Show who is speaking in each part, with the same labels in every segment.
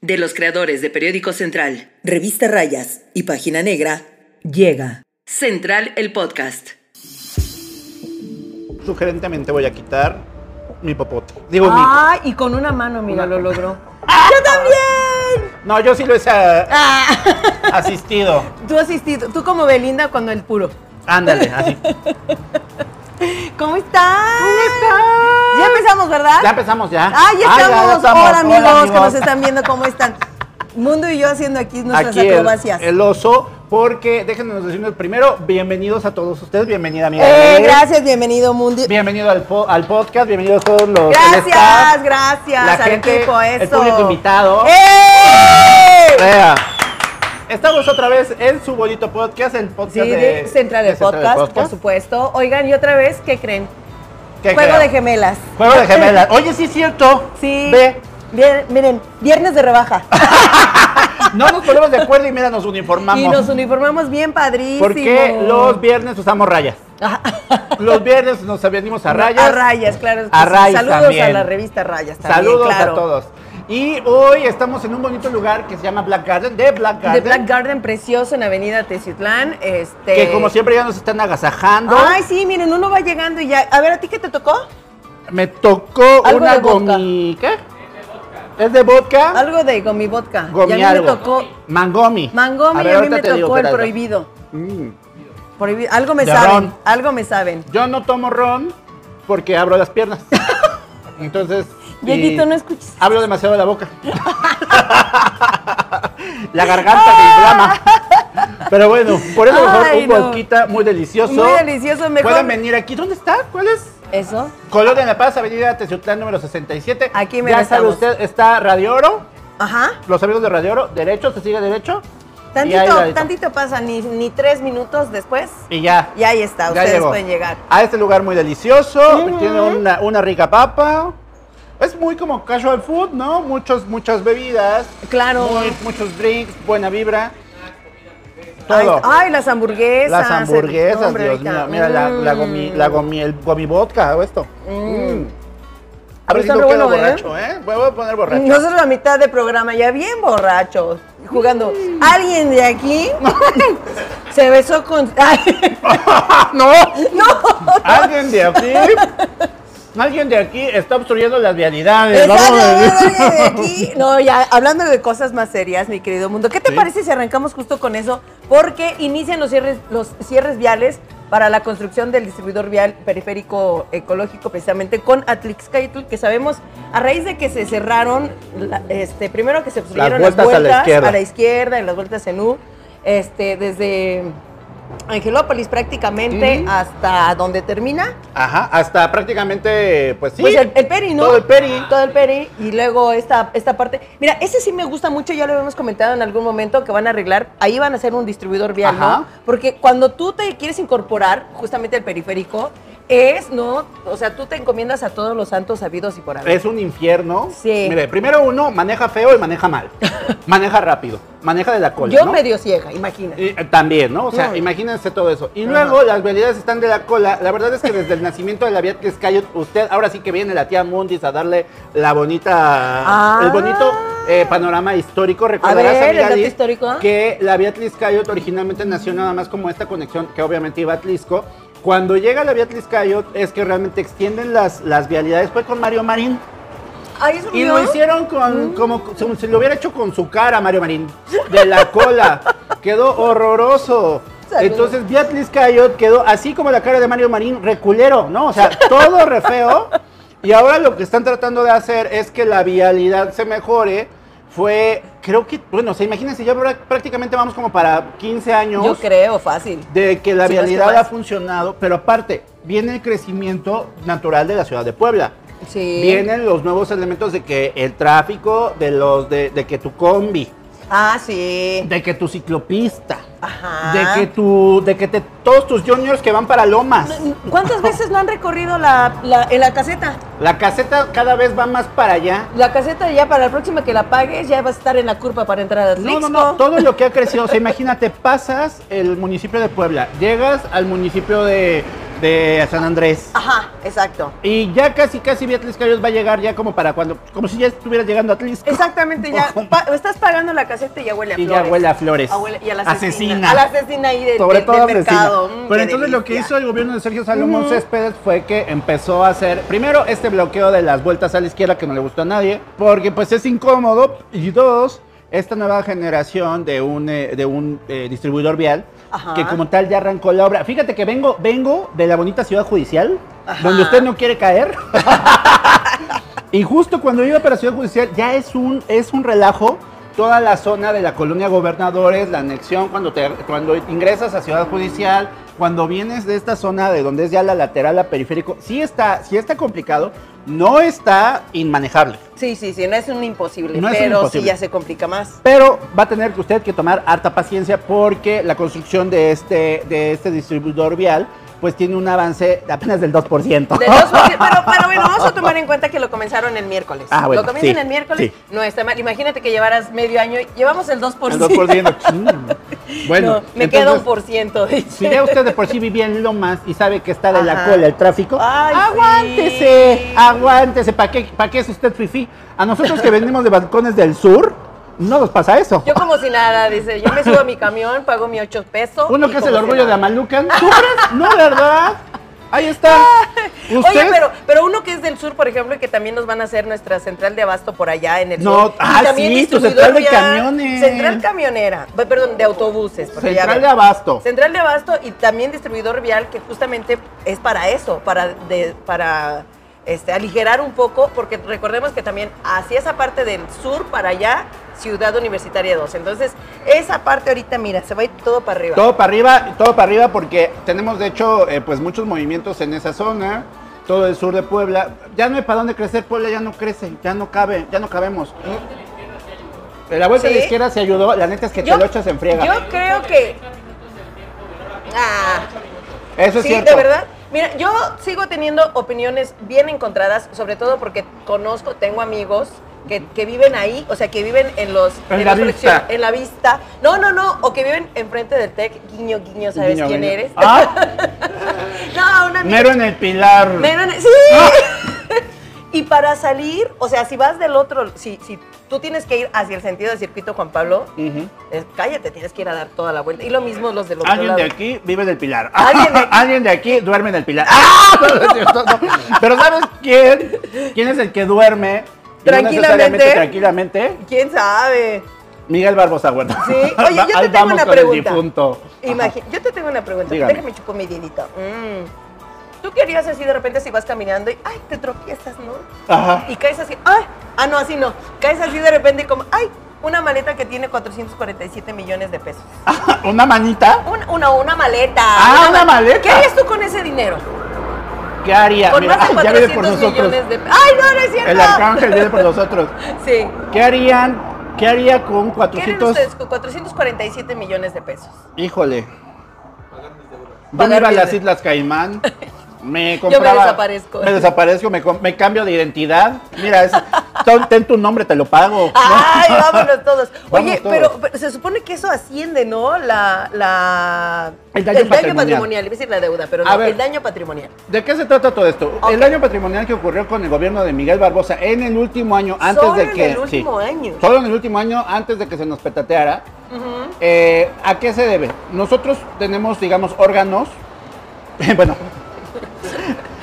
Speaker 1: de los creadores de Periódico Central,
Speaker 2: Revista Rayas y Página Negra, llega
Speaker 1: Central el Podcast.
Speaker 3: Sugerentemente voy a quitar mi popote. Digo, mi...
Speaker 4: Ah, y con una mano, mira, lo logró. ¡Yo también!
Speaker 3: No, yo sí lo he ah,
Speaker 4: Ah,
Speaker 3: asistido.
Speaker 4: tú asistido, tú como Belinda cuando el puro.
Speaker 3: Ándale, así.
Speaker 4: ¿Cómo estás? ¿Cómo estás? Ya empezamos, ¿verdad?
Speaker 3: Ya empezamos ya.
Speaker 4: Ah, ya estamos. Hola, amigos que nos
Speaker 3: amigos.
Speaker 4: están viendo, ¿cómo están? Mundo y yo haciendo aquí nuestras
Speaker 3: Aquí el-
Speaker 4: acrobacias.
Speaker 3: El, oso, porque déjenos decirnos primero, bienvenidos a todos ustedes, bienvenida amiga.
Speaker 4: Eh,
Speaker 3: Gael.
Speaker 4: gracias, bienvenido, Mundo.
Speaker 3: Bienvenido al, po- al podcast, bienvenidos todos los el
Speaker 4: Gracias,
Speaker 3: staff,
Speaker 4: gracias
Speaker 3: la
Speaker 4: al
Speaker 3: gente,
Speaker 4: equipo,
Speaker 3: el
Speaker 4: eso.
Speaker 3: público invitado.
Speaker 4: ¡Eh!
Speaker 3: Vea. Estamos otra vez en su bonito podcast, el podcast
Speaker 4: Sí,
Speaker 3: de,
Speaker 4: de Central
Speaker 3: de
Speaker 4: del podcast, por supuesto. Oigan, y otra vez, ¿qué creen?
Speaker 3: ¿Qué
Speaker 4: Juego
Speaker 3: creo?
Speaker 4: de gemelas.
Speaker 3: Juego de gemelas. Oye, sí es cierto.
Speaker 4: Sí.
Speaker 3: Ve,
Speaker 4: Bien, miren, viernes de rebaja.
Speaker 3: no nos ponemos de acuerdo y mira, nos uniformamos.
Speaker 4: Y nos uniformamos bien padrísimo.
Speaker 3: porque los viernes usamos rayas. Los viernes nos venimos a rayas.
Speaker 4: A rayas, claro. que
Speaker 3: A
Speaker 4: sí.
Speaker 3: rayas
Speaker 4: Saludos
Speaker 3: también.
Speaker 4: a la revista Rayas también,
Speaker 3: Saludos
Speaker 4: claro.
Speaker 3: a todos. Y hoy estamos en un bonito lugar que se llama Black Garden, de Black
Speaker 4: De
Speaker 3: Garden.
Speaker 4: Black Garden precioso en Avenida Teciutlán. Este...
Speaker 3: Que como siempre ya nos están agasajando.
Speaker 4: Ay, sí, miren, uno va llegando y ya. A ver, ¿a ti qué te tocó?
Speaker 3: Me tocó
Speaker 4: Algo
Speaker 3: una
Speaker 4: de vodka.
Speaker 3: gomi. ¿Qué? Es de vodka.
Speaker 4: Algo de gomi vodka.
Speaker 3: Ah. Gomi
Speaker 4: y a mí
Speaker 3: algo.
Speaker 4: me tocó
Speaker 3: Mangomi.
Speaker 4: mangomi y
Speaker 3: ver,
Speaker 4: a mí
Speaker 3: ahorita
Speaker 4: me
Speaker 3: te
Speaker 4: tocó
Speaker 3: digo,
Speaker 4: el
Speaker 3: espérate.
Speaker 4: prohibido.
Speaker 3: Mm.
Speaker 4: Prohibi- Algo me
Speaker 3: De
Speaker 4: saben,
Speaker 3: ron.
Speaker 4: algo me saben.
Speaker 3: Yo no tomo ron porque abro las piernas. Entonces. y
Speaker 4: Dieguito, no escuches.
Speaker 3: Hablo demasiado de la boca. la garganta se inflama. Pero bueno, por eso mejor
Speaker 4: Ay,
Speaker 3: un
Speaker 4: no.
Speaker 3: vodquita muy delicioso.
Speaker 4: Muy delicioso, mejor.
Speaker 3: Pueden venir aquí. ¿Dónde está? ¿Cuál es?
Speaker 4: Eso.
Speaker 3: Color de la Paz, Avenida Teciutlán número 67.
Speaker 4: Aquí me
Speaker 3: Ya
Speaker 4: lo
Speaker 3: sabe
Speaker 4: estamos.
Speaker 3: usted, está Radio Oro,
Speaker 4: Ajá.
Speaker 3: los amigos de Radio Oro, derecho, se sigue derecho. y ahí
Speaker 4: Tantito,
Speaker 3: ladito.
Speaker 4: tantito pasa, ni, ni tres minutos después.
Speaker 3: Y ya.
Speaker 4: Y ahí está,
Speaker 3: Ya
Speaker 4: ustedes
Speaker 3: llegó.
Speaker 4: pueden llegar.
Speaker 3: A este lugar muy delicioso, pues tiene una, una rica papa. Es muy como casual food, ¿no? Muchos, muchas bebidas.
Speaker 4: Claro.
Speaker 3: muy- muchos drinks, buena vibra.
Speaker 4: Ay,
Speaker 3: Todo.
Speaker 4: ay, las hamburguesas.
Speaker 3: Las hamburguesas,
Speaker 4: No, Mm. hombre,
Speaker 3: Dios
Speaker 4: ahorita.
Speaker 3: mío. Mira, la, la, gomi, la gomi, el gomi vodka o esto. Mm. A ver si
Speaker 4: Ahorita
Speaker 3: no
Speaker 4: no
Speaker 3: quedo
Speaker 4: bueno, ¿eh?
Speaker 3: borracho, ¿eh? Voy a poner borracho.
Speaker 4: Nosotros a mitad de programa ya bien borrachos, jugando. Alguien de aquí se besó con... Ay,
Speaker 3: ¡No!
Speaker 4: no,
Speaker 3: Alguien de aquí. Alguien de aquí está obstruyendo las vialidades.
Speaker 4: Exacto,
Speaker 3: vamos a decir.
Speaker 4: no, no, no, de aquí. No, ya, hablando de cosas más serias, mi querido mundo, ¿qué te
Speaker 3: Sí.
Speaker 4: parece si arrancamos justo con eso? Porque inician los cierres, los cierres viales para la construcción del distribuidor vial periférico ecológico, precisamente con Atlixcaitl, que sabemos, a raíz de que se cerraron, la- este, primero que se obstruyeron las
Speaker 3: vueltas a la
Speaker 4: vueltas,
Speaker 3: izquierda.
Speaker 4: a la izquierda, en las vueltas en U, este, desde Angelópolis prácticamente
Speaker 3: Ujú.
Speaker 4: hasta donde termina,
Speaker 3: Ajá, hasta prácticamente, pues sí.
Speaker 4: pues el, el peri, ¿no? Ah,
Speaker 3: Todo el peri.
Speaker 4: Todo el peri. Y luego esta, esta parte. Mira, ese sí me gusta mucho, ya lo habíamos comentado en algún momento, que van a arreglar. Ahí van a hacer un distribuidor vial,
Speaker 3: Ajá.
Speaker 4: ¿no? Porque cuando tú te quieres incorporar justamente al periférico, es, ¿no? O sea, tú te encomiendas a todos los santos sabidos y por haber.
Speaker 3: Es un infierno.
Speaker 4: Sí.
Speaker 3: Mire, primero uno maneja feo y maneja mal. maneja rápido. Maneja de la cola.
Speaker 4: Yo
Speaker 3: ¿no?
Speaker 4: medio ciega, imagina.
Speaker 3: Y, eh, también, ¿no? O sea,
Speaker 4: No.
Speaker 3: imagínense todo eso. Y luego las vialidades están de la cola. La verdad es que desde el nacimiento de la Vía Tlaxcaya, usted ahora sí que viene la tía Mundis a darle la bonita,
Speaker 4: Ah.
Speaker 3: el bonito eh, panorama histórico. Recordarás,
Speaker 4: ver, el
Speaker 3: amiga
Speaker 4: dato
Speaker 3: Liz,
Speaker 4: histórico.
Speaker 3: que la Vía Tlaxcayot originalmente nació nada más como esta conexión que obviamente iba a Tlisco. Cuando llega la Vía Tlaxcayot es que realmente extienden las, las vialidades. Fue con Mario Marín.
Speaker 4: Ahí es
Speaker 3: Y lo hicieron
Speaker 4: Mm.
Speaker 3: con, como si- si lo hubiera hecho con su cara, Mario Marín, de la cola. quedó horroroso.
Speaker 4: Saludos.
Speaker 3: Entonces, Beatriz Cayot quedó así como la cara de Mario Marín, reculero, ¿no? O sea, todo re feo. Y ahora lo que están tratando de hacer es que la vialidad se mejore. Fue, creo que, bueno, o sea, imagínense, ya pra- prácticamente vamos como para 15 años
Speaker 4: Yo creo, fácil.
Speaker 3: de que la
Speaker 4: Sí, no es que
Speaker 3: vialidad
Speaker 4: más.
Speaker 3: ha funcionado, pero aparte, viene el crecimiento natural de la ciudad de Puebla
Speaker 4: Sí.
Speaker 3: vienen los nuevos elementos de que el tráfico, de los de, de que tu combi,
Speaker 4: Ah, sí.
Speaker 3: de que tu ciclopista,
Speaker 4: Ajá.
Speaker 3: de que tu, de que te- todos tus juniors que van para Lomas.
Speaker 4: ¿Cuántas veces no han recorrido la, la, en la caseta?
Speaker 3: La caseta cada vez va más para allá.
Speaker 4: La caseta ya para la próxima que la pagues ya vas a estar en la curva para entrar
Speaker 3: No,
Speaker 4: a
Speaker 3: no,
Speaker 4: Atlixco.
Speaker 3: no, todo lo que ha crecido, o sea, imagínate, pasas el municipio de Puebla, llegas al municipio de de San Andrés.
Speaker 4: Ajá, exacto.
Speaker 3: Y ya casi, casi Beatriz Carrios va a llegar ya como para cuando, como si ya estuvieras llegando a Atlisco.
Speaker 4: Exactamente, ya pa- estás pagando la caseta y ya huele a
Speaker 3: Y
Speaker 4: flores.
Speaker 3: ya huele a flores.
Speaker 4: Ah, huele- y a la asesina.
Speaker 3: Asesina.
Speaker 4: A la asesina ahí del,
Speaker 3: Sobre
Speaker 4: del-
Speaker 3: todo asesina.
Speaker 4: del mercado. Mm,
Speaker 3: Pero
Speaker 4: qué
Speaker 3: entonces lo que
Speaker 4: delicia.
Speaker 3: hizo el gobierno de Sergio Salomón Céspedes fue que empezó a hacer, primero, este bloqueo de las vueltas a la izquierda que no le gustó a nadie, porque pues es incómodo, y dos, esta nueva generación de un, eh, de un eh, distribuidor vial,
Speaker 4: Ajá.
Speaker 3: que como tal ya arrancó la obra. Fíjate que vengo, vengo de la bonita ciudad judicial,
Speaker 4: Ajá.
Speaker 3: donde usted no quiere caer. Y justo cuando iba para Ciudad Judicial, ya es un, es un relajo toda la zona de la colonia Gobernadores, la anexión, cuando, te, cuando ingresas a Ciudad Judicial, cuando vienes de esta zona de donde es ya la lateral, la periférico, sí está, sí está complicado, no está inmanejable.
Speaker 4: Sí, sí, sí, no es un imposible,
Speaker 3: No es un
Speaker 4: pero
Speaker 3: imposible.
Speaker 4: sí ya se complica más.
Speaker 3: Pero va a tener que usted que tomar harta paciencia porque la construcción de este, de este distribuidor vial pues tiene un avance apenas del 2%.
Speaker 4: De dos, porque- pero, pero bueno, vamos a tomar en cuenta que lo comenzaron el miércoles.
Speaker 3: Ah, bueno,
Speaker 4: lo comienzan
Speaker 3: sí,
Speaker 4: el miércoles,
Speaker 3: sí.
Speaker 4: no está mal. Imagínate que llevaras medio año, llevamos el 2%.
Speaker 3: El 2%. chinga.
Speaker 4: No, me queda un
Speaker 3: entonces-
Speaker 4: por ciento.
Speaker 3: Si ya usted de por sí vivía en Lomas y sabe que está de la
Speaker 4: Ajá.
Speaker 3: cola el tráfico,
Speaker 4: Ay,
Speaker 3: aguántese,
Speaker 4: sí.
Speaker 3: aguántese. ¿Para qué, pa' qué es usted fifí? A nosotros que venimos de balcones del sur, no nos pasa eso.
Speaker 4: Yo como si nada, dice, yo me subo a mi camión, pago mi 8 pesos.
Speaker 3: Uno
Speaker 4: y
Speaker 3: que es
Speaker 4: como
Speaker 3: el
Speaker 4: si
Speaker 3: orgullo de
Speaker 4: nada.
Speaker 3: Amalucan, ¿sufres? No, ¿verdad? Ahí está. Usted,
Speaker 4: Oye, pero, pero uno que es del sur, por ejemplo, y que también nos van a hacer nuestra central de abasto por allá en el
Speaker 3: No,
Speaker 4: sur. Y
Speaker 3: ah,
Speaker 4: también
Speaker 3: sí, tu
Speaker 4: distribuidor
Speaker 3: central de
Speaker 4: vial,
Speaker 3: camiones.
Speaker 4: Central camionera, pe- perdón, de autobuses. porque ya
Speaker 3: central
Speaker 4: ven.
Speaker 3: de abasto.
Speaker 4: Central de abasto y también distribuidor vial que justamente es para eso, para, de- para este, aligerar un poco, porque recordemos que también hacia esa parte del sur para allá, Ciudad Universitaria 2. Entonces, esa parte ahorita, mira, se va a ir todo para arriba.
Speaker 3: Todo para arriba, todo para arriba porque tenemos de hecho eh, pues muchos movimientos en esa zona, todo el sur de Puebla. Ya no hay para dónde crecer, Puebla ya no crece, ya no cabe, ya no cabemos. De La vuelta a la
Speaker 4: Sí.
Speaker 3: izquierda se ayudó, la neta es que
Speaker 4: Yo-
Speaker 3: Telocha se enfriega.
Speaker 4: Yo creo que. Ah,
Speaker 3: Eso es
Speaker 4: sí,
Speaker 3: cierto.
Speaker 4: de verdad. Mira, yo sigo teniendo opiniones bien encontradas, sobre todo porque conozco, tengo amigos que, que viven ahí, o sea, que viven en los.
Speaker 3: En la
Speaker 4: los
Speaker 3: vista.
Speaker 4: coleccion- En la vista. No, no, no, o que viven enfrente del TEC. Guiño, guiño, ¿sabes
Speaker 3: Guiño,
Speaker 4: quién
Speaker 3: guiño.
Speaker 4: eres?
Speaker 3: Ah,
Speaker 4: No, una amiga.
Speaker 3: mero en el pilar.
Speaker 4: Mero en- ¡Sí!
Speaker 3: Ah.
Speaker 4: Y para salir, o sea, si vas del otro, si, si tú tienes que ir hacia el sentido del circuito Juan Pablo,
Speaker 3: Ujú.
Speaker 4: es- cállate, tienes que ir a dar toda la vuelta. Y lo mismo los del otro
Speaker 3: Alguien
Speaker 4: lado.
Speaker 3: de aquí vive en el pilar.
Speaker 4: Alguien de aquí. Ah,
Speaker 3: Alguien de aquí duerme en el pilar. No, no es cierto, no. Pero ¿sabes quién? ¿Quién es el que duerme? no
Speaker 4: Tranquilamente.
Speaker 3: necesariamente Tranquilamente.
Speaker 4: ¿Quién sabe?
Speaker 3: Miguel Barbosa Huerta.
Speaker 4: Sí. Oye, yo te
Speaker 3: Ahí
Speaker 4: tengo
Speaker 3: vamos
Speaker 4: una
Speaker 3: con el
Speaker 4: pregunta.
Speaker 3: difunto.
Speaker 4: Imagi- yo te tengo una pregunta.
Speaker 3: Dígame.
Speaker 4: Déjame chupar mi dedito. Mm. Tú querías así de repente si vas caminando y ay, te tropiezas, ¿no?
Speaker 3: Ajá. Ajá.
Speaker 4: Y caes así, ay, ah, no, así no. Caes así de repente como, ay, una maleta que tiene 447 millones de pesos.
Speaker 3: ¿Una manita?
Speaker 4: Una, una, una maleta.
Speaker 3: Ah, una maleta.
Speaker 4: ¿Qué harías tú con ese dinero?
Speaker 3: ¿Qué haría?
Speaker 4: Con
Speaker 3: Mira,
Speaker 4: más de
Speaker 3: ay, ya viene
Speaker 4: 400
Speaker 3: por nosotros.
Speaker 4: millones de pesos. Ay, no, no es cierto.
Speaker 3: El arcángel viene por nosotros.
Speaker 4: Sí.
Speaker 3: ¿Qué harían? ¿Qué haría con
Speaker 4: ¿Qué harían
Speaker 3: 400?
Speaker 4: ustedes con 447 millones de pesos?
Speaker 3: Híjole. Yo
Speaker 4: Pagar
Speaker 3: me iba a
Speaker 4: mis
Speaker 3: las
Speaker 4: deudas.
Speaker 3: Islas Caimán. Me compraba.
Speaker 4: desaparezco.
Speaker 3: Me desaparezco, me, com- me cambio de identidad. Mira, es, ton- ten tu nombre, te lo pago.
Speaker 4: Ay, vámonos todos.
Speaker 3: Vamos
Speaker 4: Oye,
Speaker 3: todos.
Speaker 4: Pero, pero se supone que eso asciende, ¿no? La, la
Speaker 3: El daño patrimonial.
Speaker 4: Iba a decir la deuda, pero
Speaker 3: A
Speaker 4: no,
Speaker 3: ver.
Speaker 4: el daño patrimonial.
Speaker 3: ¿De qué se trata todo esto?
Speaker 4: Ok.
Speaker 3: El daño patrimonial que ocurrió con el gobierno de Miguel Barbosa en el último año, antes
Speaker 4: Solo
Speaker 3: de
Speaker 4: en
Speaker 3: que.
Speaker 4: el último año.
Speaker 3: Solo en el último año, antes de que se nos petateara. Eh, ¿A qué se debe? Nosotros tenemos, digamos, órganos. bueno.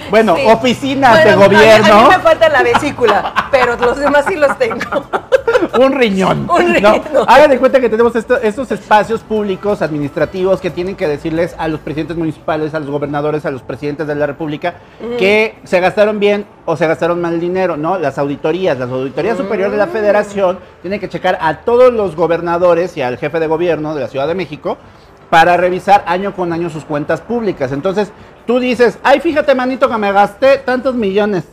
Speaker 3: bueno,
Speaker 4: Sí.
Speaker 3: oficinas
Speaker 4: Bueno,
Speaker 3: de
Speaker 4: a mí-
Speaker 3: gobierno.
Speaker 4: A mí, me falta la vesícula, pero los demás sí los tengo.
Speaker 3: un riñón.
Speaker 4: Un
Speaker 3: ¿no?
Speaker 4: riñón.
Speaker 3: Hagan de cuenta que tenemos esto- estos espacios públicos, administrativos, que tienen que decirles a los presidentes municipales, a los gobernadores, a los presidentes de la República, que se gastaron bien o se gastaron mal dinero, ¿no? Las auditorías, las auditorías superior
Speaker 4: Mm.
Speaker 3: de la federación tienen que checar a todos los gobernadores y al jefe de gobierno de la Ciudad de México para revisar año con año sus cuentas públicas. Entonces, tú dices, ay, fíjate, manito, que me gasté tantos millones.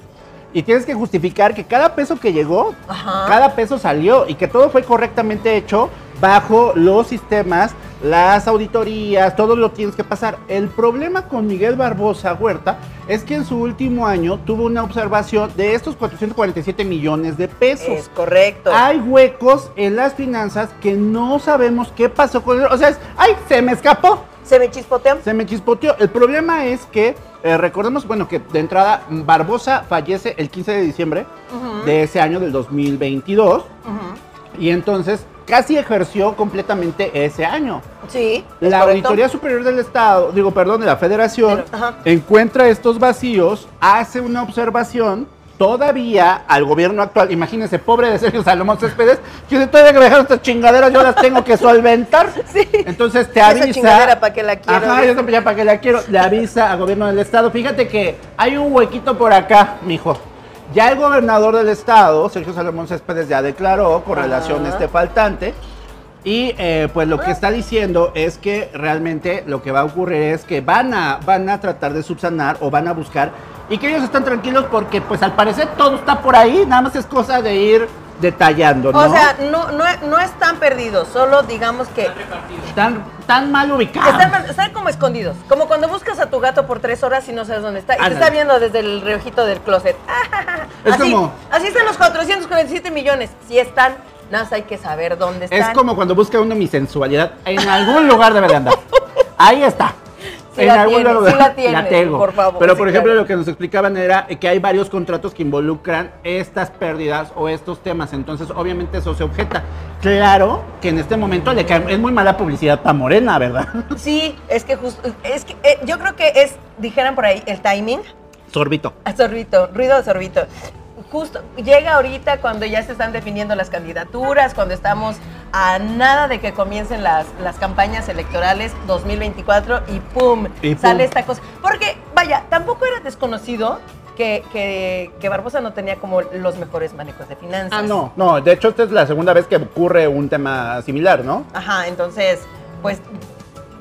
Speaker 3: Y tienes que justificar que cada peso que llegó,
Speaker 4: Ajá.
Speaker 3: cada peso salió y que todo fue correctamente hecho bajo los sistemas, las auditorías, todo lo tienes que pasar. El problema con Miguel Barbosa Huerta es que en su último año tuvo una observación de estos 447 millones de pesos.
Speaker 4: es correcto.
Speaker 3: Hay huecos en las finanzas que no sabemos qué pasó con él. O sea, es, ay, se me escapó
Speaker 4: ¿Se me chispotean?
Speaker 3: se me chispoteó. El problema es que eh, recordemos, bueno, que de entrada mm, Barbosa fallece el 15 de diciembre de ese año del 2022 y entonces casi ejerció completamente ese año.
Speaker 4: Sí. es
Speaker 3: La
Speaker 4: correcto.
Speaker 3: Auditoría Superior del Estado, digo, perdón, de la Federación,
Speaker 4: Pero, ajá.
Speaker 3: encuentra estos vacíos, hace una observación todavía al gobierno actual. Imagínense, pobre de Sergio Salomón Céspedes, que dice, todavía que me dejaron estas chingaderas, yo las tengo que solventar.
Speaker 4: Sí.
Speaker 3: Entonces te
Speaker 4: Esa
Speaker 3: avisa.
Speaker 4: chingadera, ¿pa' qué la quiero?
Speaker 3: Ajá, yo también, ya para que la quiero. Le avisa al gobierno del Estado. Fíjate que hay un huequito por acá, mijo. Ya el gobernador del Estado, Sergio Salomón Céspedes, ya declaró con relación a este faltante. Y eh, pues lo que está diciendo es que realmente lo que va a ocurrir es que van a, van a tratar de subsanar o van a buscar y que ellos están tranquilos porque pues al parecer todo está por ahí, nada más es cosa de ir detallando, ¿no?
Speaker 4: O sea, no, no, no están perdidos, solo digamos que
Speaker 3: tan, tan mal ubicados.
Speaker 4: están, están como escondidos. Como cuando buscas a tu gato por tres horas y no sabes dónde está. Y te
Speaker 3: Ándale.
Speaker 4: está viendo desde el reojito del closet.
Speaker 3: Es
Speaker 4: así,
Speaker 3: como-
Speaker 4: así están los 447 millones. Si están, nada más hay que saber dónde están.
Speaker 3: Es como cuando busca uno mi sensualidad. En algún lugar debe de andar. Ahí está.
Speaker 4: Sí la tiene, sí la tiene,
Speaker 3: tengo.
Speaker 4: por favor,
Speaker 3: Pero,
Speaker 4: sí,
Speaker 3: por ejemplo,
Speaker 4: claro.
Speaker 3: lo que nos explicaban era que hay varios contratos que involucran estas pérdidas o estos temas. Entonces, obviamente, eso se objeta. Claro que en este momento le cae- es muy mala publicidad para Morena, ¿verdad?
Speaker 4: Sí, es que justo, es que eh, yo creo que es, dijeran por ahí, el timing.
Speaker 3: Sorbito.
Speaker 4: A sorbito, ruido de sorbito. Justo llega ahorita cuando ya se están definiendo las candidaturas, cuando estamos a nada de que comiencen las, las campañas electorales 2024 y ¡pum!
Speaker 3: Y pum.
Speaker 4: sale esta cosa. Porque, vaya, tampoco era desconocido que, que- que Barbosa no tenía como los mejores manejos de finanzas.
Speaker 3: Ah, no. No, de hecho, esta es la segunda vez que ocurre un tema similar, ¿no?
Speaker 4: Ajá, entonces, pues,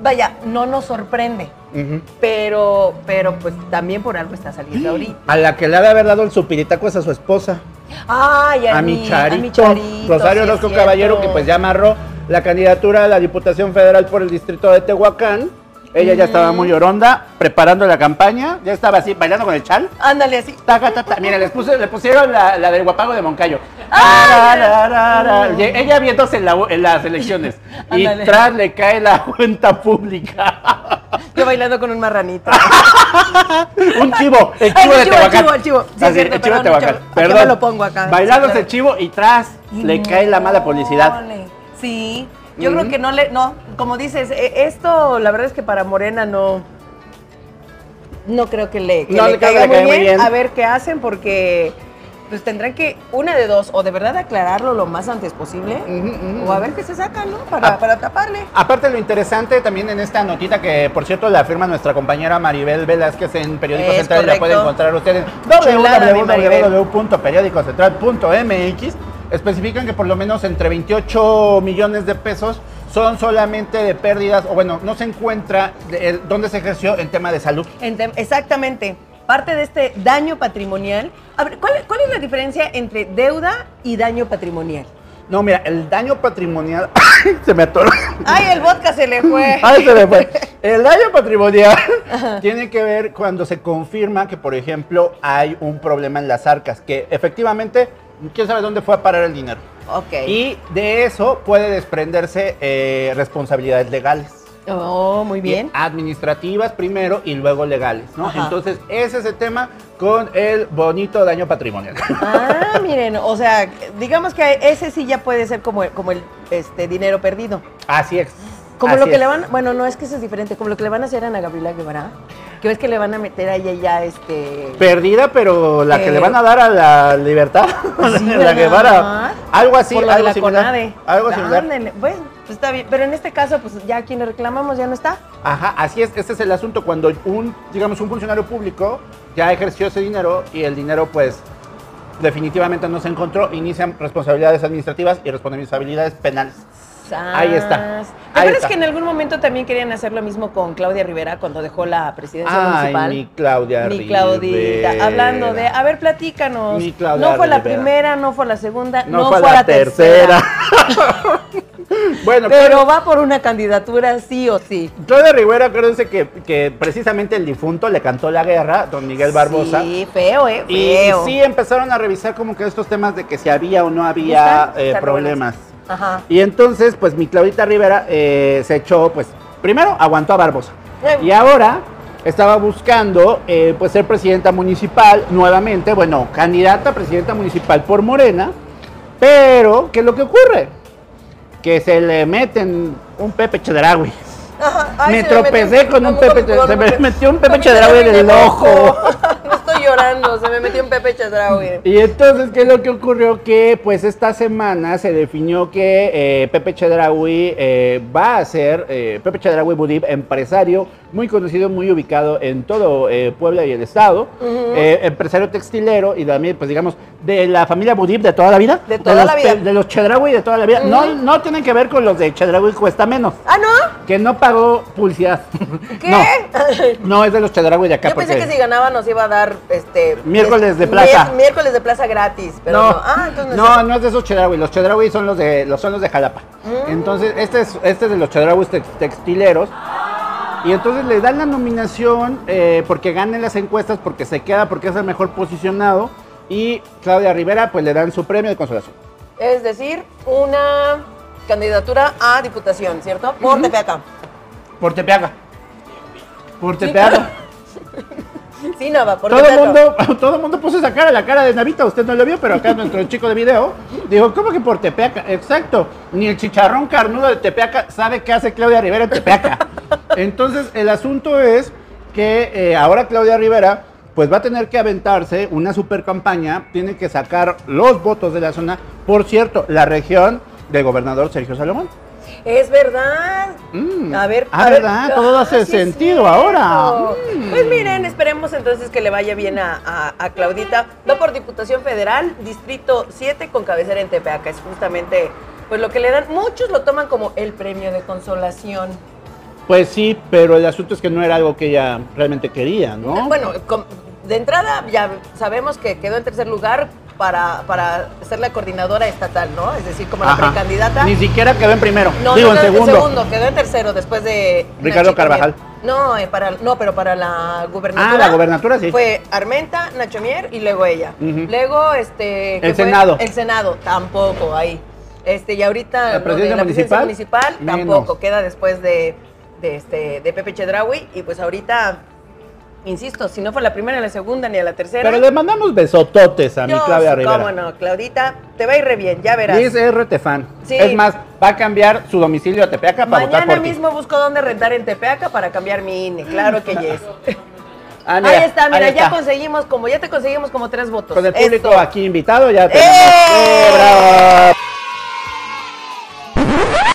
Speaker 4: vaya, no nos sorprende.
Speaker 3: Ujú.
Speaker 4: Pero, pero pues también por algo está saliendo ahorita.
Speaker 3: A la que le ha de haber dado el supiritaco es a su esposa.
Speaker 4: Ay,
Speaker 3: a mi charito, Rosario
Speaker 4: sí es
Speaker 3: Orozco
Speaker 4: cierto.
Speaker 3: Caballero, que pues ya amarró la candidatura a la Diputación Federal por el Distrito de Tehuacán. Ella ya estaba muy oronda, preparando la campaña, ya estaba así, bailando con el chal.
Speaker 4: Ándale así.
Speaker 3: Taca, ta, ta. Mira, les puse- le pusieron la, la del guapago de Moncayo.
Speaker 4: Ah,
Speaker 3: Tarararara. Y Ella viéndose en, la- en las elecciones. y
Speaker 4: Mm. Ándale.
Speaker 3: tras le cae la cuenta pública.
Speaker 4: Yo bailando con un marranito.
Speaker 3: Un chivo, el
Speaker 4: Ay,
Speaker 3: chivo
Speaker 4: el
Speaker 3: de
Speaker 4: chivo, el
Speaker 3: Tehuacán.
Speaker 4: chivo, el chivo. Sí, es
Speaker 3: Así,
Speaker 4: cierto,
Speaker 3: el chivo de
Speaker 4: perdón, el
Speaker 3: Tehuacán.
Speaker 4: chivo. Acá me
Speaker 3: Perdón.
Speaker 4: lo pongo acá, sí,
Speaker 3: Bailándose
Speaker 4: claro.
Speaker 3: el chivo y tras le cae la mala publicidad.
Speaker 4: Híjole, Sí. Yo creo que no le. No, como dices, e- esto la verdad es que para Morena no. No creo que le, que
Speaker 3: No
Speaker 4: le
Speaker 3: le creo que
Speaker 4: caiga
Speaker 3: le
Speaker 4: muy
Speaker 3: caiga muy
Speaker 4: bien,
Speaker 3: bien.
Speaker 4: A ver qué hacen, porque pues tendrán que, una de dos, o de verdad aclararlo lo más antes posible, o a ver qué se saca, ¿no? Para,
Speaker 3: Ah.
Speaker 4: para taparle.
Speaker 3: Aparte, lo interesante también en esta notita que, por cierto, la firma nuestra compañera Maribel Velázquez en Periódico
Speaker 4: Es
Speaker 3: Central, la pueden
Speaker 4: correcto.
Speaker 3: encontrar ustedes
Speaker 4: Chulada de Maribel.
Speaker 3: www.periodicocentral.mx. Especifican que por lo menos entre 28 millones de pesos son solamente de pérdidas, o bueno, no se encuentra de- el- dónde se ejerció en tema de salud.
Speaker 4: Ente- Exactamente. Parte de este daño patrimonial. A ver, ¿cuál, cuál es la diferencia entre deuda y daño patrimonial?
Speaker 3: No, mira, el daño patrimonial. se me atoró.
Speaker 4: ¡Ay, el vodka se le fue!
Speaker 3: Ay, se me Ah, fue. El daño patrimonial tiene que ver cuando se confirma que, por ejemplo, hay un problema en las arcas, que efectivamente, quién sabe dónde fue a parar el dinero.
Speaker 4: Ok.
Speaker 3: Y de eso puede desprenderse eh, responsabilidades legales. Eh,
Speaker 4: Oh, muy bien.
Speaker 3: Administrativas primero y luego legales, ¿no?
Speaker 4: Ajá.
Speaker 3: Entonces, ese es el tema con el bonito daño patrimonial.
Speaker 4: Ah, miren, o sea, digamos que ese sí ya puede ser como, el- como el este, dinero perdido.
Speaker 3: Así es.
Speaker 4: Como
Speaker 3: así
Speaker 4: lo que
Speaker 3: es.
Speaker 4: le van, bueno, no es que eso es diferente, como lo que le van a hacer a Ana Gabriela Guevara, que es que le van a meter a ella ya este...
Speaker 3: Perdida, pero la que le
Speaker 4: Pero-
Speaker 3: van a dar a la libertad,
Speaker 4: Sí,
Speaker 3: la
Speaker 4: ¿verdad?
Speaker 3: Guevara. Algo así,
Speaker 4: por lo de
Speaker 3: algo
Speaker 4: la
Speaker 3: similar.
Speaker 4: CONADE.
Speaker 3: Algo similar.
Speaker 4: Ándele, Bueno, pues está bien, pero en este caso, pues ya a quien le reclamamos ya no está.
Speaker 3: Ajá, así es, ese es el asunto. Cuando un, digamos, un funcionario público ya ejerció ese dinero y el dinero, pues, definitivamente no se encontró, inician responsabilidades administrativas y responsabilidades penales. Ahí está.
Speaker 4: Sas. ¿Te
Speaker 3: Ahí
Speaker 4: acuerdas
Speaker 3: está.
Speaker 4: que en algún momento también querían hacer lo mismo con Claudia Rivera cuando dejó la presidencia
Speaker 3: Ay,
Speaker 4: municipal?
Speaker 3: mi Claudia
Speaker 4: Mi Claudita,
Speaker 3: Rivera.
Speaker 4: hablando de, a ver, platícanos.
Speaker 3: Mi Claudia
Speaker 4: no fue la
Speaker 3: Rivera.
Speaker 4: primera, no fue la segunda,
Speaker 3: No, fue, la, tercera. bueno,
Speaker 4: Pero va por una candidatura sí o sí.
Speaker 3: Claudia Rivera, acuérdense que, que precisamente el difunto le cantó la guerra, don Miguel Barbosa.
Speaker 4: Sí, feo, eh,
Speaker 3: Y
Speaker 4: feo.
Speaker 3: sí empezaron a revisar como que estos temas de que si había o no había
Speaker 4: Están-
Speaker 3: eh,
Speaker 4: están
Speaker 3: problemas.
Speaker 4: buenas. Ajá.
Speaker 3: Y entonces, pues mi Claudita Rivera eh, se echó, pues, primero aguantó a Barbosa.
Speaker 4: Eh.
Speaker 3: Y ahora estaba buscando eh, pues ser presidenta municipal nuevamente, bueno, candidata a presidenta municipal por Morena, pero ¿qué es lo que ocurre? Que se le meten un Pepe Chedragui.
Speaker 4: Ajá, ay,
Speaker 3: me
Speaker 4: se le
Speaker 3: tropecé
Speaker 4: metió-
Speaker 3: con un
Speaker 4: no,
Speaker 3: Pepe-
Speaker 4: no,
Speaker 3: se
Speaker 4: no,
Speaker 3: me
Speaker 4: no,
Speaker 3: metió un Pepe
Speaker 4: Pepe
Speaker 3: Chedraui en el ojo.
Speaker 4: No estoy llorando, se me metió un Pepe Chedraui.
Speaker 3: Y entonces, ¿qué es lo que ocurrió? Que pues esta semana se definió que eh, Pepe Chedraui eh, va a ser, eh, Pepe Chedraui Budib, empresario muy conocido, muy ubicado en todo eh, Puebla y el Estado, eh, empresario textilero y también, pues digamos, de la familia Budib de toda la vida.
Speaker 4: De toda
Speaker 3: los
Speaker 4: la vida.
Speaker 3: pe- De los Chedraui de toda la vida. no, no tienen que ver con los de Chedraui Cuesta Menos,
Speaker 4: Ah, ¿no?
Speaker 3: que no pagó publicidad.
Speaker 4: ¿Qué?
Speaker 3: No, no es de los Chedraui de acá.
Speaker 4: Yo pensé
Speaker 3: porque-
Speaker 4: que si ganaba nos iba a dar este
Speaker 3: Miércoles de
Speaker 4: mier-
Speaker 3: plaza.
Speaker 4: Miércoles de plaza gratis, pero no. Ah, entonces
Speaker 3: no, no es de esos chedraui. Los chedraui son los de los son los de Jalapa.
Speaker 4: Mm.
Speaker 3: Entonces, este es, este es de los chedraui textileros. Y entonces le dan la nominación eh, porque gana en las encuestas, porque se queda, porque es el mejor posicionado. Y Claudia Rivera, pues le dan su premio de consolación.
Speaker 4: es decir, una candidatura a diputación, ¿cierto? Por Tepeaca.
Speaker 3: Por Tepeaga. Por Tepeaga.
Speaker 4: Sí, Nava, por
Speaker 3: Todo el
Speaker 4: Tepeaca.
Speaker 3: mundo, todo mundo puso esa cara, la cara de Navita, usted no lo vio, pero acá nuestro chico de video dijo, ¿cómo que por Tepeaca? Exacto, ni el chicharrón carnudo de Tepeaca sabe qué hace Claudia Rivera en Tepeaca. Entonces, el asunto es que eh, ahora Claudia Rivera pues va a tener que aventarse una super campaña, tiene que sacar los votos de la zona, por cierto, la región del gobernador Sergio Salomón.
Speaker 4: Es verdad.
Speaker 3: Mm.
Speaker 4: A ver,
Speaker 3: Ah,
Speaker 4: a ver.
Speaker 3: ¿verdad? Todo
Speaker 4: Ah,
Speaker 3: hace
Speaker 4: sí es
Speaker 3: sentido
Speaker 4: cierto.
Speaker 3: ahora. Mm.
Speaker 4: Pues miren, esperemos entonces que le vaya bien a, a- a Claudita. Va por Diputación Federal, Distrito 7, con cabecera en Tepeaca. Es justamente pues lo que le dan. Muchos lo toman como el premio de consolación.
Speaker 3: Pues sí, pero el asunto es que no era algo que ella realmente quería, ¿no?
Speaker 4: Bueno, com- de entrada ya sabemos que quedó en tercer lugar para, para ser la coordinadora estatal, ¿no? Es decir, como la
Speaker 3: Ajá.
Speaker 4: precandidata.
Speaker 3: Ni siquiera quedó en primero.
Speaker 4: No,
Speaker 3: Digo,
Speaker 4: no,
Speaker 3: en
Speaker 4: quedó
Speaker 3: segundo.
Speaker 4: quedó en tercero después de
Speaker 3: Ricardo Carvajal.
Speaker 4: Mier. No, eh, para, no, pero para la gubernatura.
Speaker 3: Ah, la gubernatura, sí.
Speaker 4: Fue Armenta, Nacho Mier y luego ella.
Speaker 3: Ujú.
Speaker 4: Luego este ¿qué
Speaker 3: El
Speaker 4: fue?
Speaker 3: Senado.
Speaker 4: El Senado tampoco ahí. Este y ahorita
Speaker 3: ¿La
Speaker 4: lo de
Speaker 3: presidencia municipal?
Speaker 4: municipal
Speaker 3: Menos.
Speaker 4: tampoco queda después de de este de Pepe Chedraui y pues ahorita insisto, si no fue la primera, la segunda ni a la tercera.
Speaker 3: Pero le mandamos besototes a mi
Speaker 4: Dios,
Speaker 3: Claudia Rivera.
Speaker 4: cómo no, Claudita, te va a ir re bien, ya verás.
Speaker 3: Y es RT fan.
Speaker 4: Sí.
Speaker 3: Es más, va a cambiar su domicilio a Tepeaca para votar
Speaker 4: Mañana
Speaker 3: por ti.
Speaker 4: mismo busco dónde rentar en Tepeaca para cambiar mi INE, claro que yes.
Speaker 3: Ah, mira,
Speaker 4: ahí está, mira,
Speaker 3: ahí
Speaker 4: ya
Speaker 3: está.
Speaker 4: conseguimos como, ya te conseguimos como tres votos.
Speaker 3: Con el
Speaker 4: Eso.
Speaker 3: público aquí invitado ya tenemos.
Speaker 4: ¡Eh!
Speaker 3: ¡Eh, bravo!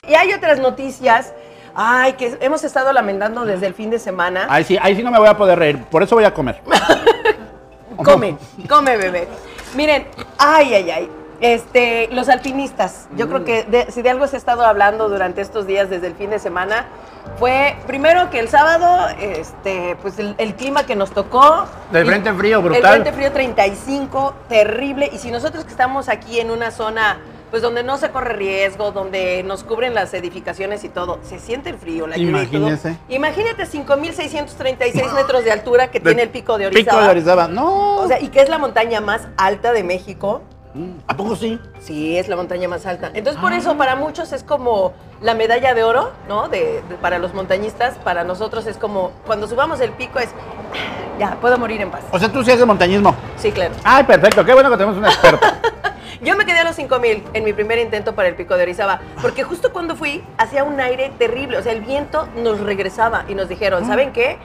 Speaker 4: Y hay otras noticias, ay, que hemos estado lamentando desde el fin de semana.
Speaker 3: Ahí sí, ahí sí no me voy a poder reír, por eso voy a comer.
Speaker 4: Come, come, bebé. Miren, ay, ay, ay. Este, los alpinistas. Yo
Speaker 3: Mm.
Speaker 4: creo que de- si de algo se ha estado hablando durante estos días, desde el fin de semana, fue primero que el sábado, este, pues el, el clima que nos tocó.
Speaker 3: Del
Speaker 4: Y-
Speaker 3: frente frío,
Speaker 4: El
Speaker 3: brutal.
Speaker 4: frente frío 35, terrible. Y si nosotros que estamos aquí en una zona, pues donde no se corre riesgo, donde nos cubren las edificaciones y todo, se siente el frío, la lluvia y todo.
Speaker 3: Imagínese.
Speaker 4: Imagínate 5.636 metros de altura que tiene el pico de Orizaba.
Speaker 3: Pico de Orizaba. No.
Speaker 4: O sea, y que es la montaña más alta de México.
Speaker 3: Mm, ¿A poco sí?
Speaker 4: Sí, es la montaña más alta. Entonces, por eso para muchos es como la medalla de oro, ¿no? De, de- para los montañistas, para nosotros es como cuando subamos el pico es "Ah, ya, puedo morir en paz.
Speaker 3: O sea, tú sí haces montañismo.
Speaker 4: Sí, claro.
Speaker 3: Ay, perfecto, qué bueno que tenemos un experto.
Speaker 4: Yo me quedé a los 5000 en mi primer intento para el pico de Orizaba, porque justo cuando fui hacía un aire terrible, o sea, el viento nos regresaba y nos dijeron, ¿saben qué?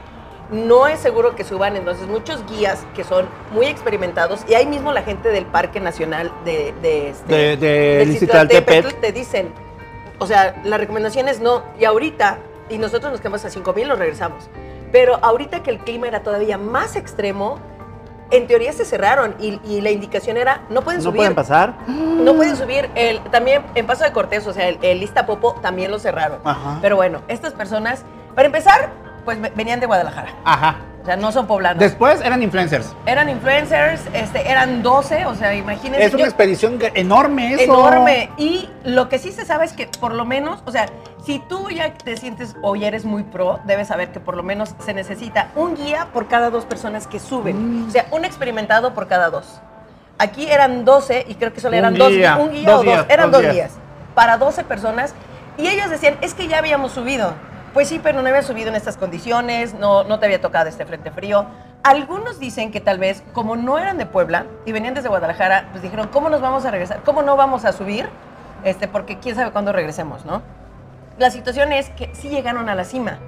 Speaker 4: No es seguro que suban, entonces muchos guías que son muy experimentados y ahí mismo la gente del Parque Nacional de, de, este,
Speaker 3: De- de-
Speaker 4: del
Speaker 3: del
Speaker 4: Citlaltépetl
Speaker 3: Citlaltépetl.
Speaker 4: te dicen, o sea, la recomendación es no, y ahorita, y nosotros nos quedamos a 5000 nos regresamos, pero ahorita que el clima era todavía más extremo, en teoría se cerraron y, y la indicación era no pueden
Speaker 3: ¿No
Speaker 4: subir.
Speaker 3: pueden pasar?
Speaker 4: No pueden subir. El, también en Paso de Cortés, o sea, el, el Lista Popo también lo cerraron.
Speaker 3: Ajá.
Speaker 4: Pero bueno, estas personas, para empezar, pues ve- venían de Guadalajara.
Speaker 3: Ajá.
Speaker 4: O sea, no son poblanos.
Speaker 3: Después eran influencers.
Speaker 4: eran influencers, este, eran 12, o sea, imagínense.
Speaker 3: Es una
Speaker 4: yo-
Speaker 3: expedición que- enorme eso.
Speaker 4: enorme. Y lo que sí se sabe es que por lo menos, o sea, si tú ya te sientes o ya eres muy pro, debes saber que por lo menos se necesita un guía por cada dos personas que suben.
Speaker 3: Mm.
Speaker 4: O sea, un experimentado por cada dos. Aquí eran 12 y creo que solo
Speaker 3: Un
Speaker 4: eran dos,
Speaker 3: guía,
Speaker 4: un guía
Speaker 3: dos
Speaker 4: o dos,
Speaker 3: guías,
Speaker 4: eran
Speaker 3: dos
Speaker 4: dos
Speaker 3: guías.
Speaker 4: guías para 12 personas. Y ellos decían, es que ya habíamos subido. pues sí, pero no había subido en estas condiciones, no, no te había tocado este frente frío. Algunos dicen que tal vez, como no eran de Puebla y venían desde Guadalajara, pues dijeron, ¿cómo nos vamos a regresar? ¿Cómo no vamos a subir? Este, porque quién sabe cuándo regresemos, ¿no? La situación es que sí llegaron a la cima,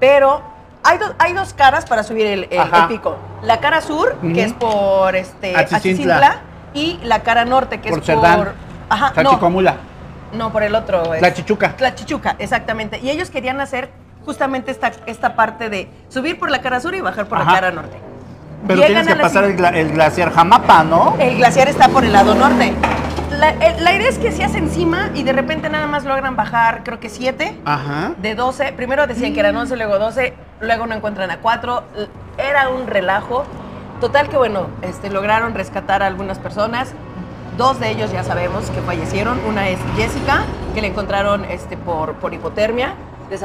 Speaker 4: pero hay, dos- hay dos caras para subir el, el-
Speaker 3: Ajá.
Speaker 4: el pico. La cara sur,
Speaker 3: Ujú.
Speaker 4: que es por este,
Speaker 3: Achichincla.
Speaker 4: Achichincla, y la cara norte, que
Speaker 3: Por
Speaker 4: es
Speaker 3: Cerdán.
Speaker 4: por... Ajá, no, Pues,
Speaker 3: Tlaxicomula,
Speaker 4: no, por el otro. es-
Speaker 3: Tlachichuca.
Speaker 4: Tlachichuca, exactamente. Y ellos querían hacer justamente esta, esta parte de subir por la cara sur y bajar por
Speaker 3: Ajá.
Speaker 4: la cara norte.
Speaker 3: Pero
Speaker 4: Llegan
Speaker 3: tienes
Speaker 4: a
Speaker 3: que
Speaker 4: la Eh.
Speaker 3: pasar el,
Speaker 4: cima.
Speaker 3: gla- el glaciar Jamapa, ¿no?
Speaker 4: El glaciar está por el lado norte. La, el- la idea es que se hace encima y de repente nada más logran bajar, creo que siete,
Speaker 3: Ajá.
Speaker 4: de 12. Primero decían que eran 11, luego 12, luego no encuentran a cuatro. Era un relajo. Total que bueno, este, lograron rescatar a algunas personas. Dos de ellos ya sabemos que fallecieron. Una es Jessica, que la encontraron este, por, por hipotermia,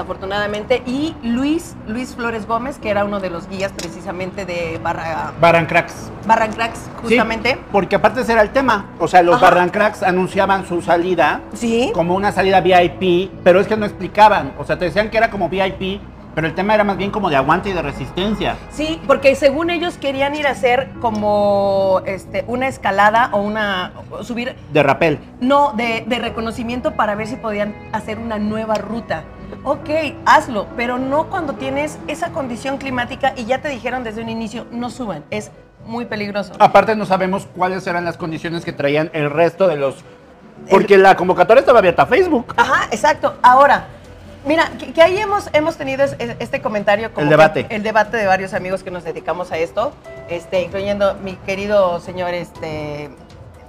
Speaker 4: desafortunadamente. Y Luis, Luis Flores Gómez, que era uno de los guías precisamente de Barra,
Speaker 3: Barrancracks.
Speaker 4: Barrancracks,
Speaker 3: Sí,
Speaker 4: justamente.
Speaker 3: porque aparte ese era el tema. O sea, los
Speaker 4: Ajá.
Speaker 3: Barrancracks anunciaban su salida
Speaker 4: Sí.
Speaker 3: como una salida VIP, pero es que no explicaban. O sea, te decían que era como VIP, pero el tema era más bien como de aguante y de resistencia.
Speaker 4: Sí, porque según ellos querían ir a hacer como este, una escalada o una o subir
Speaker 3: De rapel.
Speaker 4: No, de, de reconocimiento para ver si podían hacer una nueva ruta. Ok, hazlo, pero no cuando tienes esa condición climática y ya te dijeron desde un inicio, no suban, es muy peligroso.
Speaker 3: Aparte no sabemos cuáles eran las condiciones que traían el resto de los... Porque la convocatoria estaba abierta a Facebook.
Speaker 4: Ajá, exacto. Ahora, mira, que, que ahí hemos, hemos tenido es- es- este comentario.
Speaker 3: El debate.
Speaker 4: que- el debate de varios amigos que nos dedicamos a esto, este, incluyendo mi querido señor este,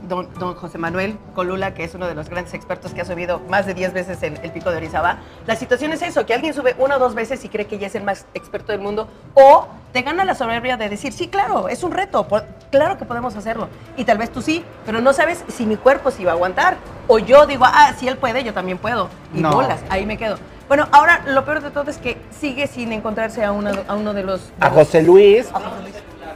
Speaker 4: don, don José Manuel Colula, que es uno de los grandes expertos que ha subido más de 10 veces el, el pico de Orizaba. La situación es eso, que alguien sube una o dos veces y cree que ya es el más experto del mundo, o te gana la soberbia de decir, sí, claro, es un reto, por- claro que podemos hacerlo. Y tal vez tú sí, pero no sabes si mi cuerpo sí va a aguantar. O yo digo, ah, si él puede, yo también puedo. Y
Speaker 3: No.
Speaker 4: bolas, ahí me quedo. Bueno, ahora lo peor de todo es que sigue sin encontrarse a, una- a uno de los... de
Speaker 3: A
Speaker 4: los-
Speaker 3: José Luis.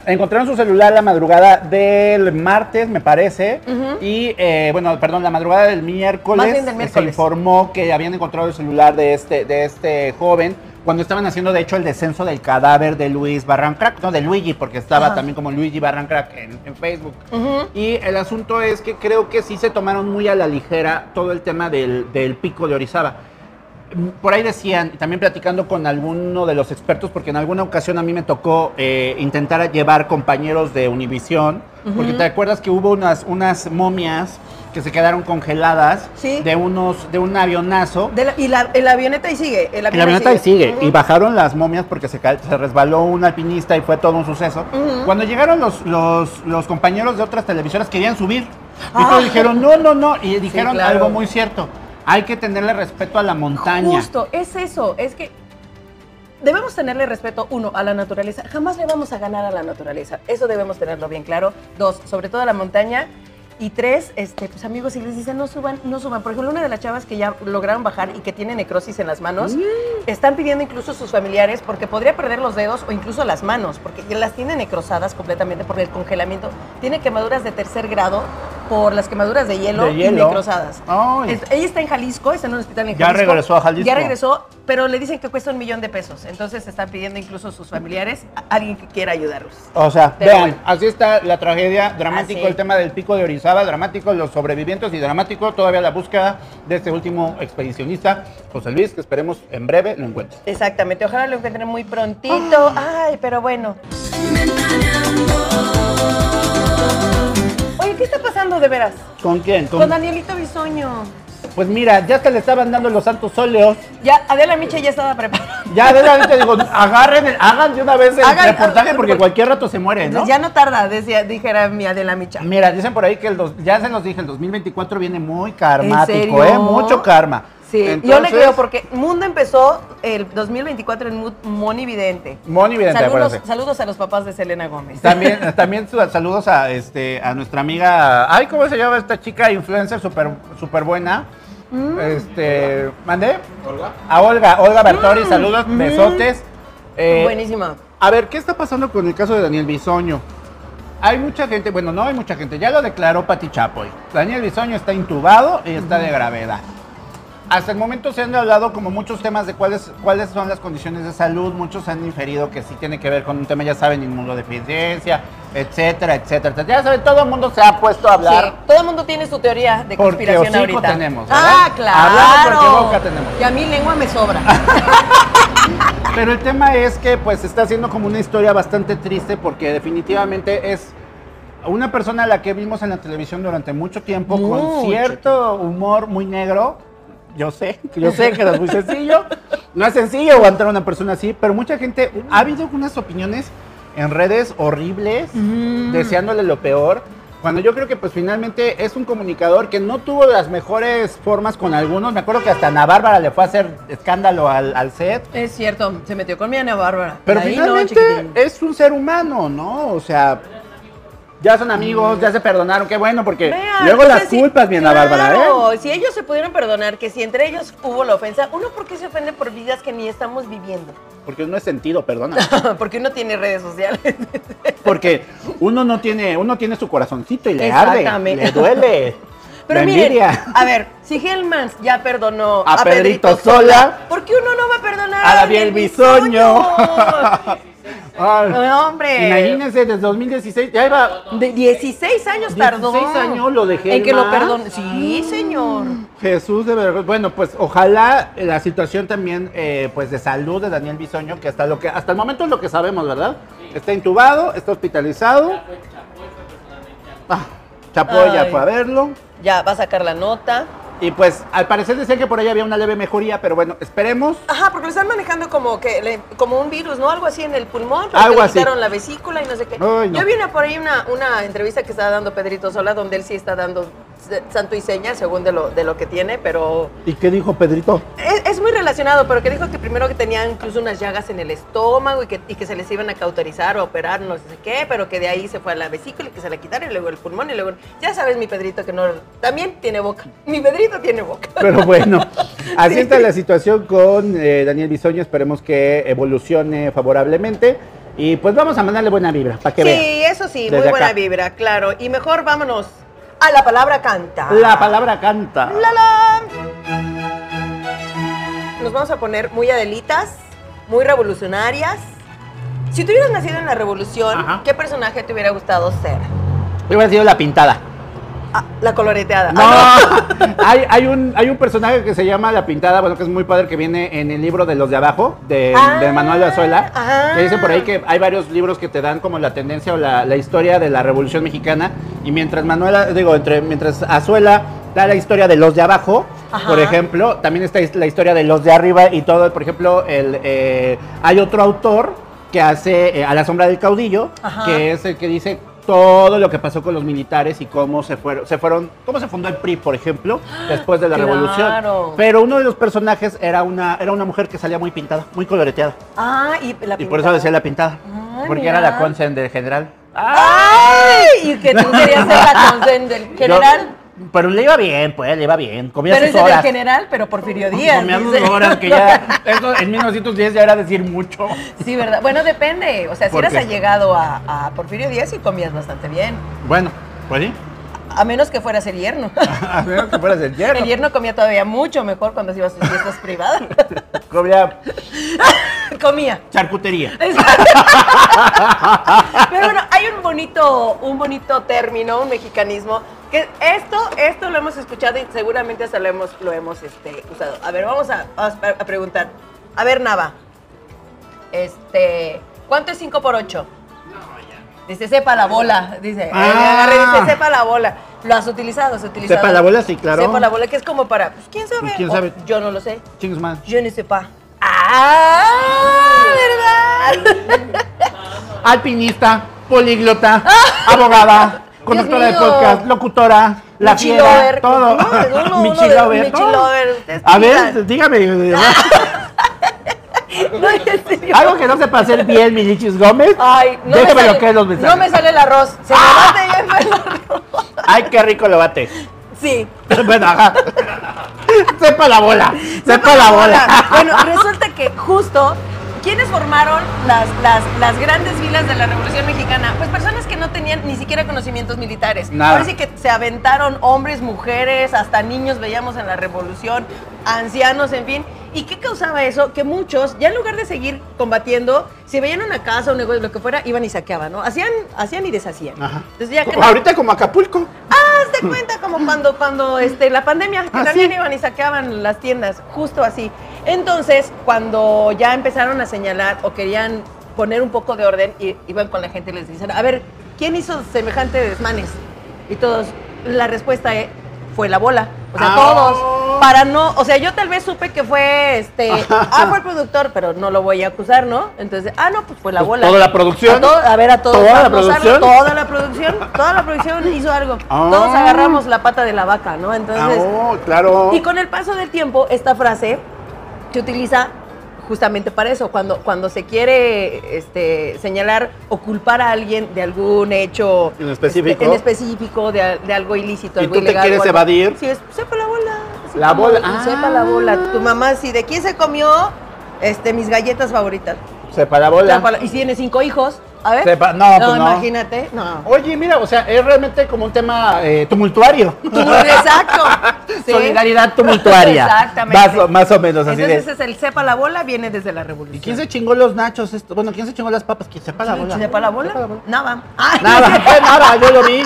Speaker 3: Encontraron su celular la madrugada del martes, me parece. Y, eh, bueno, perdón, la madrugada del miércoles,
Speaker 4: Más bien del
Speaker 3: se
Speaker 4: miércoles.
Speaker 3: informó que habían encontrado el celular de este, de este joven cuando estaban haciendo, de hecho, el descenso del cadáver de Luis Barrancrack, no, de Luigi, porque estaba
Speaker 4: Ajá.
Speaker 3: también como Luigi Barrancrack en, en Facebook.
Speaker 4: Ujú.
Speaker 3: Y el asunto es que creo que sí se tomaron muy a la ligera todo el tema del, del pico de Orizaba. Mm, Por ahí decían, y también platicando con alguno de los expertos, porque en alguna ocasión a mí me tocó eh, intentar llevar compañeros de Univisión, porque te acuerdas que hubo unas, unas momias que se quedaron congeladas
Speaker 4: Sí.
Speaker 3: de, unos, de un avionazo.
Speaker 4: De la- y la, el avioneta ahí sigue. El
Speaker 3: Y la
Speaker 4: avioneta,
Speaker 3: avioneta ahí sigue.
Speaker 4: Ujú.
Speaker 3: Y bajaron las momias porque se, ca- se resbaló un alpinista y fue todo un suceso.
Speaker 4: Ujú.
Speaker 3: Cuando llegaron los, los, los compañeros de otras televisoras querían subir. Y
Speaker 4: Ah.
Speaker 3: todos dijeron, no, no, no. Y dijeron
Speaker 4: claro.
Speaker 3: algo muy cierto. Hay que tenerle respeto a la montaña.
Speaker 4: Justo, es eso, es que debemos tenerle respeto, uno, a la naturaleza. Jamás le vamos a ganar a la naturaleza. Eso debemos tenerlo bien claro. Dos, sobre todo a la montaña. Y tres, este, pues amigos, si les dicen no suban, no suban. Por ejemplo, una de las chavas que ya lograron bajar y que tiene necrosis en las
Speaker 3: Mm.
Speaker 4: manos, están pidiendo incluso sus familiares porque podría perder los dedos o incluso las manos, porque ya las tiene necrosadas completamente por el congelamiento. Tiene quemaduras de tercer grado por las quemaduras de hielo,
Speaker 3: De hielo.
Speaker 4: y necrosadas.
Speaker 3: Ay.
Speaker 4: Es- ella está en Jalisco, está en un hospital en
Speaker 3: Ya
Speaker 4: Jalisco.
Speaker 3: regresó a Jalisco.
Speaker 4: Ya regresó, pero le dicen que cuesta un millón de pesos. Entonces están pidiendo incluso sus familiares a alguien que quiera ayudarlos.
Speaker 3: O sea,
Speaker 4: Pero
Speaker 3: vean,
Speaker 4: bueno.
Speaker 3: así está la tragedia, dramático
Speaker 4: Así.
Speaker 3: el tema del pico de Orizaba, dramático los sobrevivientes y dramático todavía la búsqueda de este último expedicionista, José Luis, que esperemos en breve lo encuentre.
Speaker 4: Exactamente, ojalá lo encuentren muy prontito.
Speaker 3: Ah.
Speaker 4: Ay, pero bueno. Oye, ¿qué está pasando de veras?
Speaker 3: ¿Con quién? Con-
Speaker 4: Con Danielito Bisoño.
Speaker 3: Pues mira, ya se le estaban dando los santos óleos.
Speaker 4: Ya, Adela Micha ya estaba preparada.
Speaker 3: Ya de una vez te digo, agarren, el- hagan de una vez el
Speaker 4: Hagan-
Speaker 3: reportaje
Speaker 4: hagan-
Speaker 3: porque cualquier rato se muere, ¿no?
Speaker 4: Ya no tarda, decía, dijera mi Adela Micha.
Speaker 3: Mira, dicen por ahí que el dos- ya se los dije, el 2024 viene muy karmático,
Speaker 4: serio?
Speaker 3: ¿eh? Mucho karma.
Speaker 4: Sí, yo le
Speaker 3: Entonces,
Speaker 4: creo porque Mundo empezó el 2024 en Mood Monividente.
Speaker 3: Moni Vidente,
Speaker 4: saludos,
Speaker 3: acuérdense.
Speaker 4: saludos a los papás de Selena Gómez.
Speaker 3: También, también su- saludos a este a nuestra amiga, ay, ¿cómo se llama esta chica influencer súper super buena?
Speaker 4: Mm.
Speaker 3: Este, ¿mandé? A Olga, Olga Bertori, saludos, besotes. Eh,
Speaker 4: Mm. Buenísima.
Speaker 3: A ver, ¿qué está pasando con el caso de Daniel Bisoño? Hay mucha gente, bueno, no hay mucha gente, ya lo declaró Pati Chapoy. Daniel Bisoño está intubado y está de gravedad. Hasta el momento se han hablado como muchos temas de cuáles, cuáles son las condiciones de salud, muchos han inferido que sí tiene que ver con un tema, ya saben, inmunodeficiencia, etcétera, etcétera, etcétera. Ya saben, todo el mundo se ha puesto a hablar.
Speaker 4: Sí, todo el mundo tiene su teoría de
Speaker 3: Porque
Speaker 4: conspiración
Speaker 3: hocico
Speaker 4: ahorita.
Speaker 3: tenemos, ¿verdad?
Speaker 4: ah, claro.
Speaker 3: Hablamos porque boca tenemos.
Speaker 4: Y a mí lengua me sobra.
Speaker 3: Pero el tema es que pues está haciendo como una historia bastante triste porque definitivamente es una persona a la que vimos en la televisión durante mucho tiempo
Speaker 4: Mucho
Speaker 3: con cierto humor muy negro. Yo sé, yo sé que no es muy sencillo. No es sencillo aguantar a una persona así, pero mucha gente, ha habido algunas opiniones en redes horribles, deseándole lo peor. Cuando yo creo que pues finalmente es un comunicador que no tuvo las mejores formas con algunos. Me acuerdo que hasta Ana Bárbara le fue a hacer escándalo al, al set.
Speaker 4: es cierto, se metió con mi Ana Bárbara.
Speaker 3: Pero
Speaker 4: Ahí no,
Speaker 3: finalmente
Speaker 4: chiquitín.
Speaker 3: es un ser humano, ¿no? O sea, ya son amigos, ya se perdonaron, qué bueno, porque
Speaker 4: Vean,
Speaker 3: eh, luego
Speaker 4: o sea,
Speaker 3: las
Speaker 4: si-
Speaker 3: culpas, bien, la Bárbara, ¿eh?
Speaker 4: Claro, si ellos se pudieron perdonar, que si entre ellos hubo la ofensa, uno por qué se ofende por vidas que ni estamos viviendo.
Speaker 3: Porque no es sentido, perdona.
Speaker 4: Porque uno tiene redes sociales.
Speaker 3: Porque uno no tiene, uno tiene su corazoncito y le arde,
Speaker 4: Exactamente.
Speaker 3: le duele.
Speaker 4: Pero
Speaker 3: la
Speaker 4: miren,
Speaker 3: envidia.
Speaker 4: a ver, si Hellmans ya perdonó
Speaker 3: A Pedrito Sola.
Speaker 4: ¿por qué uno no va a perdonar
Speaker 3: A
Speaker 4: a
Speaker 3: David
Speaker 4: Daniel
Speaker 3: Bisoño?
Speaker 4: Bisoño?
Speaker 3: Ay,
Speaker 4: No, hombre.
Speaker 3: Imagínense, desde 2016, ya iba
Speaker 4: De 16 años tardó.
Speaker 3: 16 años lo dejé
Speaker 4: En que lo
Speaker 3: más.
Speaker 4: perdone. Sí, señor.
Speaker 3: Jesús de verdad. Bueno, pues ojalá la situación también eh, pues de salud de Daniel Bisoño, que hasta lo que hasta el momento es lo que sabemos, ¿verdad? Está intubado, está hospitalizado. Ah, Chapoy ya
Speaker 4: Ay.
Speaker 3: fue a verlo.
Speaker 4: Ya va a sacar la nota.
Speaker 3: Y pues al parecer decían que por ahí había una leve mejoría, pero bueno, esperemos.
Speaker 4: Ajá, porque lo están manejando como que le- como un virus, ¿no? Algo así en el pulmón, pero
Speaker 3: Algo
Speaker 4: que le
Speaker 3: así.
Speaker 4: quitaron la vesícula y no sé qué.
Speaker 3: Ay, no.
Speaker 4: Yo vi una, por ahí una, una entrevista que estaba dando Pedrito Sola, donde él sí está dando s- santo y seña, según de lo, de lo que tiene, pero
Speaker 3: ¿Y qué dijo Pedrito?
Speaker 4: es, es muy relacionado, pero que dijo que primero que tenía incluso unas llagas en el estómago y que, y que se les iban a cauterizar o a operar, no sé qué, pero que de ahí se fue a la vesícula y que se la quitaron y luego el pulmón y luego... Ya sabes, mi Pedrito que no... También tiene boca. Mi Pedrito tiene boca.
Speaker 3: Pero bueno, así está la situación con eh, Daniel Bisoño. Esperemos que evolucione favorablemente. Y pues vamos a mandarle buena vibra para que
Speaker 4: sí,
Speaker 3: vea.
Speaker 4: eso sí,
Speaker 3: Desde
Speaker 4: muy buena
Speaker 3: acá.
Speaker 4: vibra, claro. Y mejor vámonos a la palabra canta.
Speaker 3: La palabra canta.
Speaker 4: La, la. Nos vamos a poner muy adelitas, muy revolucionarias. Si tú hubieras nacido en la revolución,
Speaker 3: Ajá.
Speaker 4: ¿qué personaje te hubiera gustado ser?
Speaker 3: Yo hubiera sido la pintada.
Speaker 4: Ah, la coloreteada.
Speaker 3: No,
Speaker 4: Ah,
Speaker 3: hay, hay, un, hay un personaje que se llama La Pintada, bueno, que es muy padre, que viene en el libro de los de abajo, de,
Speaker 4: Ah,
Speaker 3: de Manuel de Azuela.
Speaker 4: ah.
Speaker 3: Que dice por ahí que hay varios libros que te dan como la tendencia o la, la historia de la Revolución Mexicana. Y mientras Manuela, digo, entre, mientras Azuela da la historia de los de abajo,
Speaker 4: Ajá.
Speaker 3: por ejemplo, también está la historia de los de arriba y todo. Por ejemplo, el, eh, hay otro autor que hace eh, A la sombra del caudillo,
Speaker 4: Ajá.
Speaker 3: que es el que dice todo lo que pasó con los militares y cómo se fueron, se fueron, cómo se fundó el PRI, por ejemplo, después de la
Speaker 4: ¡Ah! Claro.
Speaker 3: revolución. Pero uno de los personajes era una, era una mujer que salía muy pintada, muy coloreteada.
Speaker 4: Ah, y la
Speaker 3: Y por eso
Speaker 4: pintada.
Speaker 3: decía la pintada.
Speaker 4: Ah,
Speaker 3: porque
Speaker 4: mira. Ah,
Speaker 3: era la consen del general.
Speaker 4: ¡Ay! Y que tú querías ser la consen del general.
Speaker 3: Yo- pero le iba bien, pues, le iba bien. Comía
Speaker 4: pero
Speaker 3: sus
Speaker 4: ese del
Speaker 3: horas.
Speaker 4: general, pero Porfirio Díaz.
Speaker 3: Comía sus
Speaker 4: dice.
Speaker 3: horas, que ya. Eso en 1910 ya era decir mucho.
Speaker 4: Sí, ¿verdad? Bueno, depende. O sea, si
Speaker 3: ¿Por
Speaker 4: eras
Speaker 3: qué?
Speaker 4: allegado a, a Porfirio Díaz y comías bastante bien.
Speaker 3: Bueno, pues sí.
Speaker 4: A menos que fueras el yerno.
Speaker 3: A menos que fueras el hierro.
Speaker 4: El yerno comía todavía mucho mejor cuando se iba a sus fiestas privadas.
Speaker 3: Comía
Speaker 4: comía.
Speaker 3: charcutería.
Speaker 4: Pero bueno, hay un bonito, un bonito término, un mexicanismo, que esto, esto lo hemos escuchado y seguramente hasta lo hemos, lo hemos este, usado. A ver, vamos a, vamos a- a preguntar. A ver, Nava. Este, ¿cuánto es 5 por 8? Dice, sepa la bola, dice.
Speaker 3: Ah.
Speaker 4: Eh, agarré, dice, sepa la bola. Lo has utilizado, has utilizado.
Speaker 3: Sepa la bola, sí, claro.
Speaker 4: Sepa la bola, que es como para, pues, ¿quién sabe?
Speaker 3: Pues, ¿quién
Speaker 4: O,
Speaker 3: sabe?
Speaker 4: yo no lo sé.
Speaker 3: Chingos man.
Speaker 4: Je ne sais pas. ¡Ah! ¿Verdad?
Speaker 3: Alpinista, políglota, abogada, conductora de
Speaker 4: mío.
Speaker 3: podcast, locutora, la
Speaker 4: Michi
Speaker 3: fiera,
Speaker 4: lover.
Speaker 3: todo.
Speaker 4: Uno de- uno- uno de-
Speaker 3: Michilover,
Speaker 4: Michi
Speaker 3: todo.
Speaker 4: lover, ustedes
Speaker 3: A ver,
Speaker 4: piensan.
Speaker 3: dígame,
Speaker 4: No, en serio.
Speaker 3: algo que no sepa hacer bien, mi Lichis Gómez.
Speaker 4: Ay, no
Speaker 3: Déjame
Speaker 4: me sale,
Speaker 3: lo que es los mensajes. ¡Ah!
Speaker 4: No me sale el arroz. Se me bate bien feo el arroz.
Speaker 3: Ay, qué rico lo bate.
Speaker 4: Sí.
Speaker 3: bueno, ajá. sepa la bola, sepa la bola.
Speaker 4: Bueno, resulta que justo quienes formaron las, las, las grandes filas de la Revolución Mexicana, pues personas que no tenían ni siquiera conocimientos militares.
Speaker 3: Nada.
Speaker 4: Ahora sí que se aventaron hombres, mujeres, hasta niños veíamos en la Revolución. ancianos, en fin. ¿Y qué causaba eso? Que muchos, ya en lugar de seguir combatiendo, si veían una casa, un negocio, lo que fuera, iban y saqueaban, ¿no? Hacían, hacían y deshacían.
Speaker 3: Ajá.
Speaker 4: Entonces ya que
Speaker 3: Como- Ahorita como Acapulco.
Speaker 4: Haz de cuenta como cuando, cuando este, la pandemia, que
Speaker 3: Ah,
Speaker 4: también
Speaker 3: sí.
Speaker 4: iban y saqueaban las tiendas, justo así. Entonces, cuando ya empezaron a señalar o querían poner un poco de orden, i- iban con la gente y les decían, a ver, ¿quién hizo semejante desmanes? Y todos, la respuesta eh, fue la bola. O sea,
Speaker 3: Ah.
Speaker 4: todos, para no, o sea, yo tal vez supe que fue, este,
Speaker 3: Ajá.
Speaker 4: ah, fue el productor, pero no lo voy a acusar, ¿no? Entonces, ah, no, pues fue la
Speaker 3: Pues
Speaker 4: bola.
Speaker 3: toda la producción.
Speaker 4: A, todo- a ver, a todos.
Speaker 3: Toda la
Speaker 4: vamos a usarlo,
Speaker 3: producción.
Speaker 4: Toda la producción, toda la producción hizo algo.
Speaker 3: Ah.
Speaker 4: Todos agarramos la pata de la vaca, ¿no?
Speaker 3: Ah,
Speaker 4: Entonces,
Speaker 3: oh, claro.
Speaker 4: y con el paso del tiempo, esta frase se utiliza justamente para eso, cuando, cuando se quiere este, señalar o culpar a alguien de algún hecho
Speaker 3: En específico.
Speaker 4: este, en específico, de, a- de algo ilícito,
Speaker 3: ¿Y
Speaker 4: algo
Speaker 3: tú te
Speaker 4: ilegal.
Speaker 3: quieres
Speaker 4: o algo-
Speaker 3: evadir?
Speaker 4: Sí, es, sepa la bola. así
Speaker 3: La
Speaker 4: como
Speaker 3: bola,
Speaker 4: el
Speaker 3: ah.
Speaker 4: Sepa la bola. Tu mamá, sí, ¿de quién se comió este, mis galletas favoritas?
Speaker 3: Sepa la
Speaker 4: O sea,
Speaker 3: bola.
Speaker 4: para- y si tiene cinco hijos, a ver.
Speaker 3: Sepa- no, pues no.
Speaker 4: imagínate. No.
Speaker 3: Oye, mira, o sea, es realmente como un tema eh, tumultuario.
Speaker 4: Tú, exacto. Sí.
Speaker 3: Solidaridad tumultuaria.
Speaker 4: Exactamente.
Speaker 3: Más o, más o menos así
Speaker 4: Entonces
Speaker 3: de.
Speaker 4: es el sepa la bola, viene desde la
Speaker 3: ¿Y
Speaker 4: revolución.
Speaker 3: quién se chingó los nachos? Esto? Bueno, ¿quién se chingó las papas? ¿Quién sepa la bola?
Speaker 4: ¿Sepa la bola? Nada. Ay,
Speaker 3: Nada, fue nada, yo lo vi.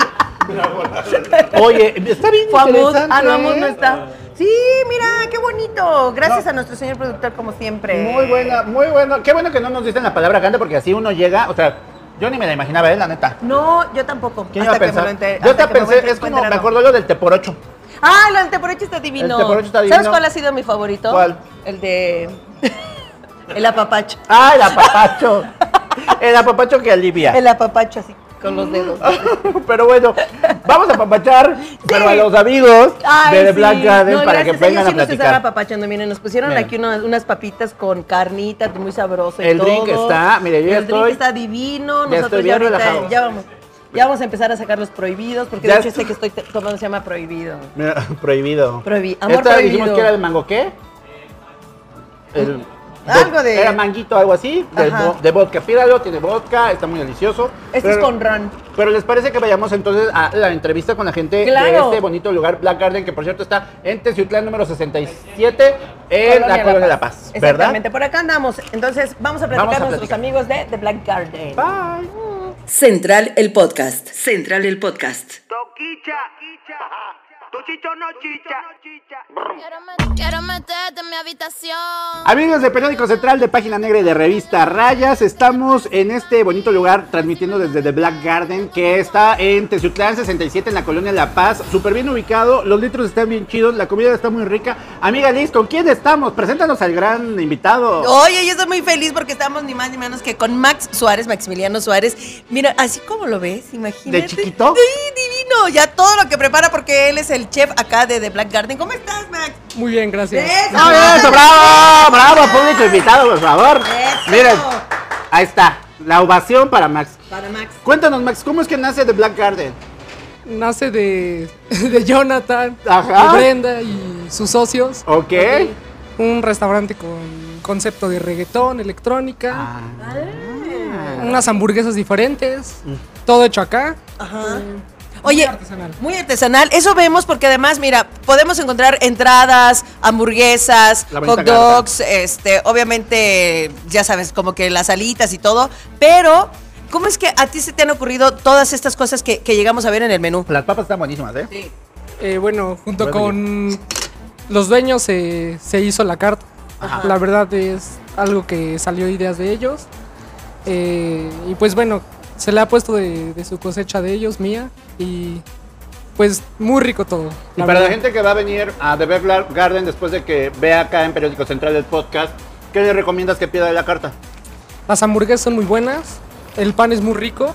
Speaker 3: Oye, está bien
Speaker 4: Fue Amud.
Speaker 3: interesante.
Speaker 4: Ah, no, Amud no
Speaker 3: ¿eh?
Speaker 4: está. Sí, mira, qué bonito. Gracias a nuestro señor productor, como siempre.
Speaker 3: Muy buena, muy bueno. Qué bueno que no nos dicen la palabra grande porque así uno llega, o sea, yo ni me la imaginaba, ¿eh? la neta.
Speaker 4: No, yo tampoco.
Speaker 3: ¿Quién iba
Speaker 4: hasta
Speaker 3: a
Speaker 4: que me
Speaker 3: pensar?
Speaker 4: lo enteré-
Speaker 3: yo
Speaker 4: hasta
Speaker 3: te
Speaker 4: que me
Speaker 3: pensé,
Speaker 4: encuentre-
Speaker 3: es como, me
Speaker 4: encuentre-
Speaker 3: acuerdo yo del teporocho.
Speaker 4: Ah, el anteporocho está divino.
Speaker 3: El teporocho está
Speaker 4: ¿Sabes
Speaker 3: divino.
Speaker 4: cuál ha sido mi favorito?
Speaker 3: ¿Cuál?
Speaker 4: El de. el apapacho.
Speaker 3: Ah, el apapacho. el apapacho que alivia.
Speaker 4: El apapacho así, con
Speaker 3: Mm.
Speaker 4: los dedos.
Speaker 3: pero bueno, vamos a apapachar, pero a los amigos
Speaker 4: Ay,
Speaker 3: de The
Speaker 4: sí.
Speaker 3: Black Garden
Speaker 4: No,
Speaker 3: para que
Speaker 4: gracias a
Speaker 3: vengan
Speaker 4: ellos
Speaker 3: a
Speaker 4: sí nos estaban
Speaker 3: platicar.
Speaker 4: apapachando. Miren, nos pusieron
Speaker 3: Miren.
Speaker 4: aquí unas, unas papitas con carnita, muy sabroso. y
Speaker 3: El drink
Speaker 4: todo.
Speaker 3: está, mire, yo ya
Speaker 4: El drink
Speaker 3: estoy-
Speaker 4: está divino.
Speaker 3: ya
Speaker 4: Nosotros
Speaker 3: estoy
Speaker 4: ya
Speaker 3: bien
Speaker 4: ahorita
Speaker 3: relajado.
Speaker 4: ya vamos. Ya vamos a empezar a sacar los prohibidos, porque
Speaker 3: Ya
Speaker 4: de hecho
Speaker 3: estoy-
Speaker 4: este que estoy te- tomando se llama prohibido.
Speaker 3: Mira, prohibido.
Speaker 4: Prohibi- amor
Speaker 3: Esta dijimos
Speaker 4: prohibido.
Speaker 3: que era el mango, ¿qué? El-
Speaker 4: Algo de-
Speaker 3: Era manguito, algo así, de,
Speaker 4: Ajá.
Speaker 3: vo- de vodka. Pídalo, tiene vodka, está muy delicioso.
Speaker 4: Este es con ron.
Speaker 3: Pero les parece que vayamos entonces a la entrevista con la gente de
Speaker 4: Claro.
Speaker 3: este bonito lugar, Black Garden, que por cierto está en Teciutlán número 67, en la Colonia de La Paz, ¿verdad?
Speaker 4: Exactamente, por acá andamos. Entonces vamos a platicar
Speaker 3: Vamos a
Speaker 4: con nuestros
Speaker 3: platicar.
Speaker 4: amigos de The Black Garden.
Speaker 3: Bye.
Speaker 2: Central el podcast.
Speaker 1: Central el podcast.
Speaker 5: Toquicha, tu chicho no chicha.
Speaker 6: Quiero, me- quiero meterte en mi habitación.
Speaker 3: Amigos de Periódico Central, de Página Negra y de Revista Rayas, estamos en este bonito lugar transmitiendo desde The Black Garden, que está en Teciutlán 67, en la colonia La Paz, súper bien ubicado, los litros están bien chidos, la comida está muy rica. Amiga Liz, ¿con quién estamos? Preséntanos al gran invitado.
Speaker 4: Oye, yo estoy muy feliz porque estamos ni más ni menos que con Max Suárez, Maximiliano Suárez. Mira, así como lo ves, imagínate.
Speaker 3: ¿De chiquito?
Speaker 4: Sí, divino. Ya todo lo que prepara porque él es el chef acá de The Black Garden. ¿Cómo estás, Max? Muy bien, gracias.
Speaker 3: ¡Ah, eso, bravo! ¡Bravo, público invitado, por favor!
Speaker 4: Eso.
Speaker 3: Miren, ahí está, la ovación para Max.
Speaker 4: Para Max.
Speaker 3: Cuéntanos, Max, ¿cómo es que nace The Black Garden?
Speaker 7: nace de, de Jonathan,
Speaker 3: Ajá.
Speaker 7: de Brenda y sus socios.
Speaker 3: ¿Ok?
Speaker 7: Un restaurante con concepto de reggaetón, electrónica,
Speaker 3: Ah,
Speaker 7: unas hamburguesas diferentes,
Speaker 3: Mm.
Speaker 7: todo hecho acá.
Speaker 4: Oye,
Speaker 7: artesanal.
Speaker 4: muy artesanal. Eso vemos porque además, mira, podemos encontrar entradas, hamburguesas,
Speaker 3: La
Speaker 4: hot
Speaker 3: bonita
Speaker 4: dogs, este, obviamente, ya sabes, como que las alitas y todo. Pero, ¿cómo es que a ti se te han ocurrido todas estas cosas que, que llegamos a ver en el menú?
Speaker 3: Las papas están buenísimas, ¿eh?
Speaker 7: Eh, bueno, junto
Speaker 3: Bueno,
Speaker 7: con los dueños eh, se hizo la carta. La verdad es algo que salió de ideas de ellos. Eh, y pues bueno, se le ha puesto de, de su cosecha de ellos, mía. Y pues muy rico todo.
Speaker 3: Y para la gente que va a venir a The Black Garden después de que vea acá en Periódico Central el podcast, ¿qué le recomiendas que pida de la carta?
Speaker 7: Las hamburguesas son muy buenas, el pan es muy rico,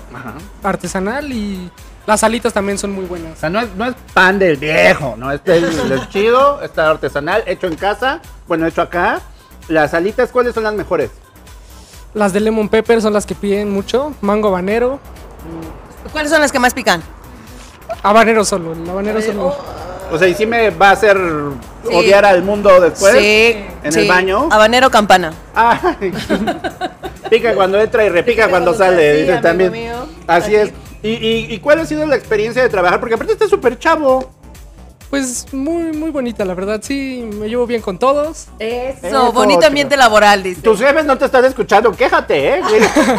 Speaker 7: artesanal y las alitas también son muy
Speaker 3: O
Speaker 7: buenas.
Speaker 3: sea, no es, no es pan del viejo, ¿no? Este es el chido, está artesanal, hecho en casa, bueno, hecho acá. Las alitas, ¿cuáles son las mejores?
Speaker 7: Las de lemon pepper son las que piden mucho, mango habanero,
Speaker 4: ¿Cuáles son las que más pican?
Speaker 7: habanero solo, el habanero solo.
Speaker 3: O sea, ¿y sí me va a hacer
Speaker 4: Sí.
Speaker 3: odiar al mundo después? ¿En el baño?
Speaker 4: Habanero campana.
Speaker 3: Ay. Pica cuando entra y repica
Speaker 4: Ah. Pica
Speaker 3: cuando
Speaker 4: cuando
Speaker 3: sale,
Speaker 4: sale, sí,
Speaker 3: dice
Speaker 4: amigo
Speaker 3: también.
Speaker 4: mío.
Speaker 3: Así
Speaker 4: Así.
Speaker 3: es. ¿Y, y, y cuál ha sido la experiencia de trabajar? Porque aparte está súper chavo.
Speaker 7: Pues muy, muy bonita, la verdad. Sí, me llevo bien con todos.
Speaker 4: Eso,
Speaker 3: Eso,
Speaker 4: bonito
Speaker 3: chica.
Speaker 4: ambiente laboral, dice.
Speaker 3: Tus jefes no te están escuchando, quéjate, ¿eh?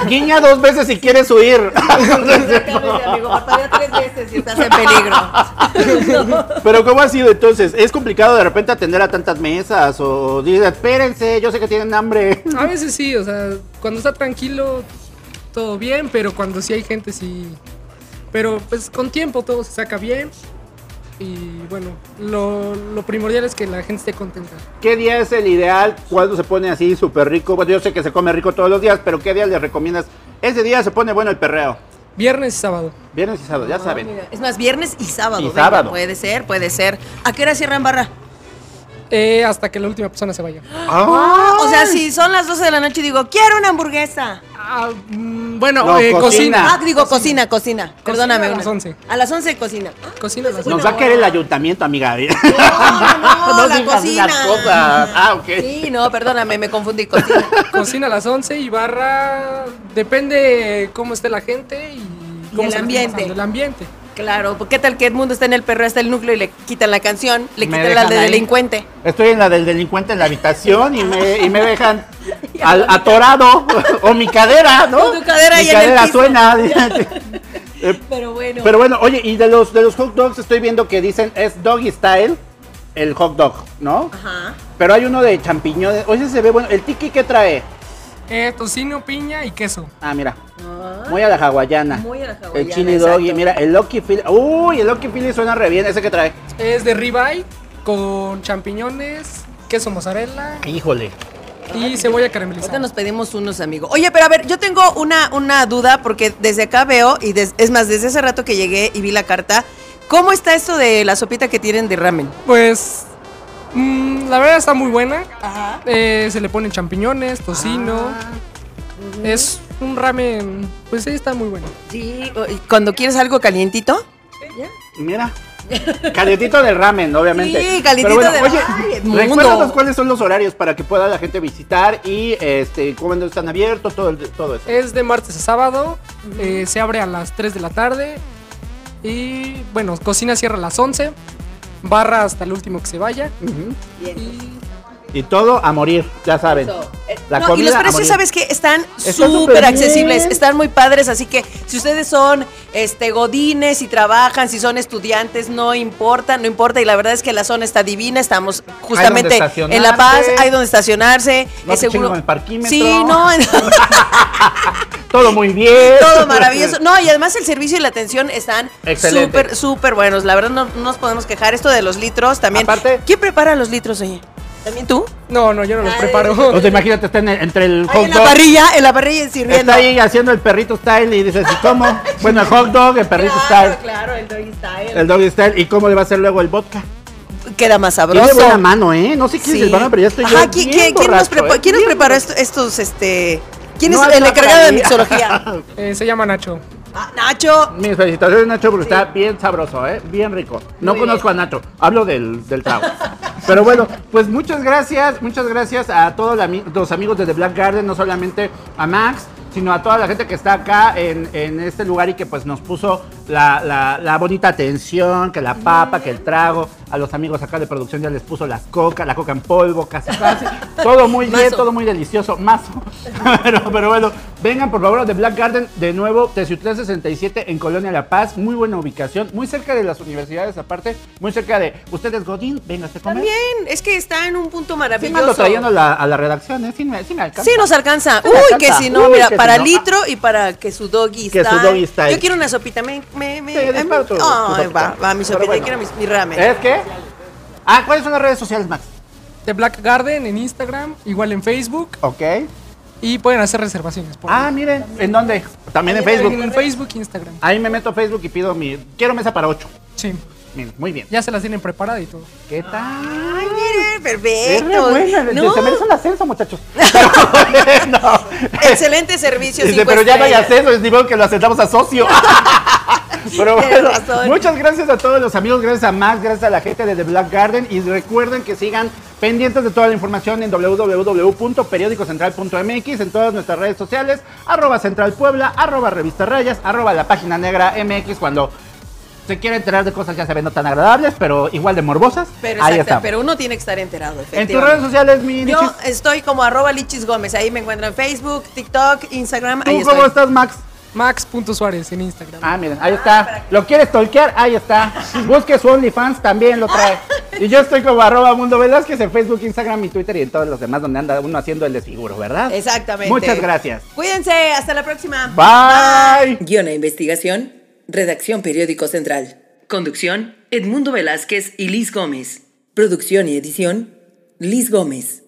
Speaker 3: Guiña dos veces si quieres huir.
Speaker 4: Exactamente, amigo, parpadea tres veces y estás en peligro. No.
Speaker 3: Pero ¿cómo ha sido entonces? ¿Es complicado de repente atender a tantas mesas? O dices, espérense, yo sé que tienen hambre.
Speaker 7: A veces sí, o sea, cuando está tranquilo, todo bien, pero cuando sí hay gente, sí. Pero pues con tiempo todo se saca bien. Y bueno, lo, lo primordial es que la gente esté contenta.
Speaker 3: ¿Qué día es el ideal? ¿Cuándo se pone así súper rico? Bueno, yo sé que se come rico todos los días, pero ¿qué día le recomiendas? Ese día se pone bueno el perreo.
Speaker 7: Viernes y sábado.
Speaker 3: Viernes y sábado,
Speaker 4: Ah,
Speaker 3: ya saben.
Speaker 4: Es más, viernes y sábado.
Speaker 3: Y
Speaker 4: venga,
Speaker 3: sábado.
Speaker 4: Puede ser, puede ser. ¿A qué hora cierran barra?
Speaker 7: Eh, hasta que la última persona se vaya.
Speaker 3: Ah,
Speaker 4: O sea, si son las 12 de la noche y digo, quiero una hamburguesa.
Speaker 7: Ah, mm, bueno,
Speaker 3: No,
Speaker 7: eh,
Speaker 3: cocina.
Speaker 7: cocina.
Speaker 4: Ah, digo, cocina, cocina. Perdóname.
Speaker 7: a las
Speaker 4: una.
Speaker 7: 11.
Speaker 4: A las 11 cocina.
Speaker 7: Cocina a las
Speaker 3: Nos
Speaker 7: nueve.
Speaker 3: va a querer el ayuntamiento, amiga.
Speaker 4: No, no, no, la
Speaker 3: digas esas
Speaker 4: cocina.
Speaker 3: cosas. Ah, ok.
Speaker 4: Sí, no, perdóname, me confundí. Cocina.
Speaker 7: Cocina a las 11 y barra. Depende cómo esté la gente y
Speaker 4: el
Speaker 7: cómo se la esté
Speaker 4: ambiente.
Speaker 7: pasando, El ambiente.
Speaker 4: Claro, pues, ¿qué tal que el mundo está en el perro, está el núcleo y le quitan la canción, le
Speaker 3: Me
Speaker 4: quitan la
Speaker 3: dejan
Speaker 4: de
Speaker 3: ahí.
Speaker 4: delincuente?
Speaker 3: Estoy en la del delincuente en la habitación y me, y me dejan al- atorado. o mi cadera, ¿no?
Speaker 4: Tu cadera
Speaker 3: mi
Speaker 4: ahí en el
Speaker 3: cadera
Speaker 4: piso.
Speaker 3: suena. Eh,
Speaker 4: Pero bueno.
Speaker 3: Pero bueno, oye, y de los de los hot dogs estoy viendo que dicen es doggy style el hot dog, ¿no?
Speaker 4: Ajá.
Speaker 3: Pero hay uno de champiñones. Oye, se ve bueno. ¿El tiki qué trae?
Speaker 7: Eh, tocino, piña y queso.
Speaker 3: Ah, mira. Muy a la hawaiana.
Speaker 4: Muy a la hawaiana,
Speaker 3: El chili
Speaker 4: exacto.
Speaker 3: doggy, mira, el Lucky Philly. Uy, el Lucky Philly suena re bien. ¿Ese que trae?
Speaker 7: Es de ribeye con champiñones, queso mozzarella
Speaker 3: Híjole.
Speaker 7: y cebolla
Speaker 4: Ahorita
Speaker 7: caramelizada.
Speaker 4: nos pedimos unos, amigo. Oye, pero a ver, yo tengo una, una duda porque desde acá veo, y des- es más, desde hace rato que llegué y vi la carta, ¿cómo está esto de la sopita que tienen de ramen?
Speaker 7: Pues mm, la verdad está muy buena.
Speaker 4: Ajá.
Speaker 7: Eh, se le ponen champiñones, tocino.
Speaker 3: Ah.
Speaker 7: Es un ramen, pues sí está muy bueno.
Speaker 4: Sí. o- y Cuando quieres algo calientito.
Speaker 3: Mira. Calentito del ramen, obviamente.
Speaker 4: Sí, calientito
Speaker 3: Pero
Speaker 4: del-
Speaker 3: bueno, oye,
Speaker 4: ¡Ay, Edmundo!
Speaker 3: recuérdanos cuáles son los horarios para que pueda la gente visitar y este cuándo están abiertos, todo, el- todo eso.
Speaker 7: Es de martes a sábado, eh, se abre a las 3 de la tarde y bueno, cocina cierra a las 11, barra hasta el último que se vaya.
Speaker 3: Ujú. Eh,
Speaker 7: Y
Speaker 3: Y todo a morir, ya saben. La
Speaker 4: Eh, No, y los
Speaker 3: comida a
Speaker 4: precios,
Speaker 3: morir.
Speaker 4: ¿sabes qué? Están
Speaker 3: Están
Speaker 4: súper
Speaker 3: súper
Speaker 4: accesibles,
Speaker 3: bien.
Speaker 4: están muy padres, así que si ustedes son este godines y trabajan, si son estudiantes, no importa, no importa, y la verdad es que la zona está divina, estamos justamente
Speaker 3: estacionarse.
Speaker 4: en La Paz, hay donde estacionarse,
Speaker 3: No
Speaker 4: es
Speaker 3: te
Speaker 4: seguro.
Speaker 3: chingo el parquímetro.
Speaker 4: Sí, no,
Speaker 3: Todo muy bien.
Speaker 4: todo maravilloso. No, y además el servicio y la atención están
Speaker 3: Excelente.
Speaker 4: súper, súper buenos. La verdad no, no nos podemos quejar. Esto de los litros también.
Speaker 3: Aparte-
Speaker 4: ¿Quién prepara los litros, oye? ¿También tú?
Speaker 7: no, no, yo no los
Speaker 4: Ay.
Speaker 7: preparo.
Speaker 3: O sea, imagínate, está en el- entre el
Speaker 4: Ahí
Speaker 3: hot
Speaker 4: en la
Speaker 3: dog.
Speaker 4: parrilla, en la parrilla sirviendo.
Speaker 3: Está ahí haciendo el perrito style y dices, ¿y cómo? bueno, el hot dog, el perrito style,
Speaker 4: claro, el doggy style.
Speaker 3: el doggy style. ¿Y cómo le va a hacer luego el vodka?
Speaker 4: Queda más
Speaker 3: Tiene
Speaker 4: sabroso.
Speaker 3: buena mano, ¿eh? No sé quién
Speaker 4: Sí.
Speaker 3: es el barman, pero ya estoy
Speaker 4: Ajá,
Speaker 3: yo
Speaker 4: ¿quién,
Speaker 3: bien
Speaker 4: quién- quién nos
Speaker 3: borracho,
Speaker 4: prepa-
Speaker 3: ¿eh?
Speaker 4: quién nos
Speaker 3: Bien
Speaker 4: preparó
Speaker 3: borracho.
Speaker 4: esto- estos, este... ¿Quién
Speaker 3: No
Speaker 4: es
Speaker 3: habla
Speaker 4: el encargado de
Speaker 3: para mí.
Speaker 4: mixología?
Speaker 7: Eh, se llama Nacho.
Speaker 4: Ah, Nacho.
Speaker 3: Mis felicitaciones, Nacho, porque está bien sabroso, ¿eh? Bien rico. No conozco a Nacho, hablo del, del trago. Pero bueno, pues muchas gracias, muchas gracias a todos la ami- los amigos de The Black Garden, no solamente a Max, sino a toda la gente que está acá en, en este lugar y que pues nos puso la, la- la bonita atención, que la papa, que el trago, a los amigos acá de producción ya les puso las coca, la coca en polvo, casi casi. Todo muy bien,
Speaker 4: Mazo.
Speaker 3: todo muy delicioso, mazo. pero, pero bueno, vengan por favor a The Black Garden de nuevo, Teciutlán 67 en Colonia La Paz, muy buena ubicación, muy cerca de las universidades aparte, muy cerca de ustedes Godín, véngase a comer.
Speaker 4: También, es que está en un punto
Speaker 3: Sí
Speaker 4: maravilloso.
Speaker 3: mando trayendo a la, a la redacción, ¿eh? sí me, sí me alcanza.
Speaker 4: Sí, nos alcanza.
Speaker 3: Sí,
Speaker 4: Uy,
Speaker 3: me
Speaker 4: que
Speaker 3: alcanza.
Speaker 4: si no,
Speaker 3: Uy,
Speaker 4: mira,
Speaker 3: que si
Speaker 4: para
Speaker 3: no.
Speaker 4: litro y para que su doggy
Speaker 3: Que su
Speaker 4: style.
Speaker 3: doggy style.
Speaker 4: Yo quiero una sopita. Me, me, me.
Speaker 3: Sí,
Speaker 4: a mí-
Speaker 3: dispara tu- tu
Speaker 4: Ay, va,
Speaker 3: sopita.
Speaker 4: va, mi
Speaker 3: Pero
Speaker 4: sopita.
Speaker 3: bueno.
Speaker 4: Quiero mi, mi ramen. Eh,
Speaker 3: ¿Es que? Ah, ¿cuáles son las redes sociales, Max?
Speaker 7: De Black Garden en Instagram, igual en Facebook
Speaker 3: Ok.
Speaker 7: y pueden hacer reservaciones. por
Speaker 3: Ah, miren, ¿en dónde? También en Facebook.
Speaker 7: En Facebook e Instagram.
Speaker 3: Ahí me meto a Facebook y pido mi... Quiero mesa para ocho.
Speaker 7: Sí,
Speaker 3: Miren, muy bien.
Speaker 7: ya se las tienen preparada y todo.
Speaker 3: ¿Qué tal?
Speaker 4: Ay,
Speaker 3: Es
Speaker 4: miren,
Speaker 3: re
Speaker 4: perfecto.
Speaker 3: buena,
Speaker 4: No,
Speaker 3: Se merece un ascenso, muchachos. Pero bueno.
Speaker 4: Excelente servicio.
Speaker 3: Dice,
Speaker 4: cinco
Speaker 3: pero ya no hay
Speaker 4: estrellas.
Speaker 3: ascenso, es ni modo que lo ascendamos a socio. Pero
Speaker 4: Tienes
Speaker 3: bueno,
Speaker 4: razón.
Speaker 3: muchas gracias a todos los amigos, gracias a Max, gracias a la gente de The Black Garden y recuerden que sigan pendientes de toda la información en www.periodicocentral.mx en todas nuestras redes sociales, arroba Central Puebla, arroba Revista Rayas, arroba la página negra MX cuando se quiere enterar de cosas, ya saben, no tan agradables, pero igual de morbosas.
Speaker 4: Pero,
Speaker 3: ahí
Speaker 4: exacto,
Speaker 3: está.
Speaker 4: pero uno tiene que estar enterado,
Speaker 3: en tus redes
Speaker 4: efectivamente.
Speaker 3: sociales, mi
Speaker 4: Yo
Speaker 3: Lichis,
Speaker 4: estoy como arroba lichis gómez. Ahí me encuentran en Facebook, TikTok, Instagram.
Speaker 3: ¿tú
Speaker 4: ahí
Speaker 3: cómo
Speaker 4: estoy.
Speaker 3: estás, Max?
Speaker 7: Max.suárez en Instagram.
Speaker 3: Ah, miren, ahí está. ¿Lo quieres tolquear? Ahí está. Busque su OnlyFans, también lo trae. Y yo estoy como arroba Mundo Velázquez en Facebook, Instagram y Twitter y en todos los demás donde anda uno haciendo el desfiguro, ¿verdad?
Speaker 4: Exactamente.
Speaker 3: Muchas gracias.
Speaker 4: Cuídense, hasta la próxima.
Speaker 3: Bye.
Speaker 2: Guión e investigación. Redacción Periódico Central.
Speaker 8: Conducción, Edmundo Velázquez y Liz Gómez.
Speaker 2: Producción y edición. Liz Gómez.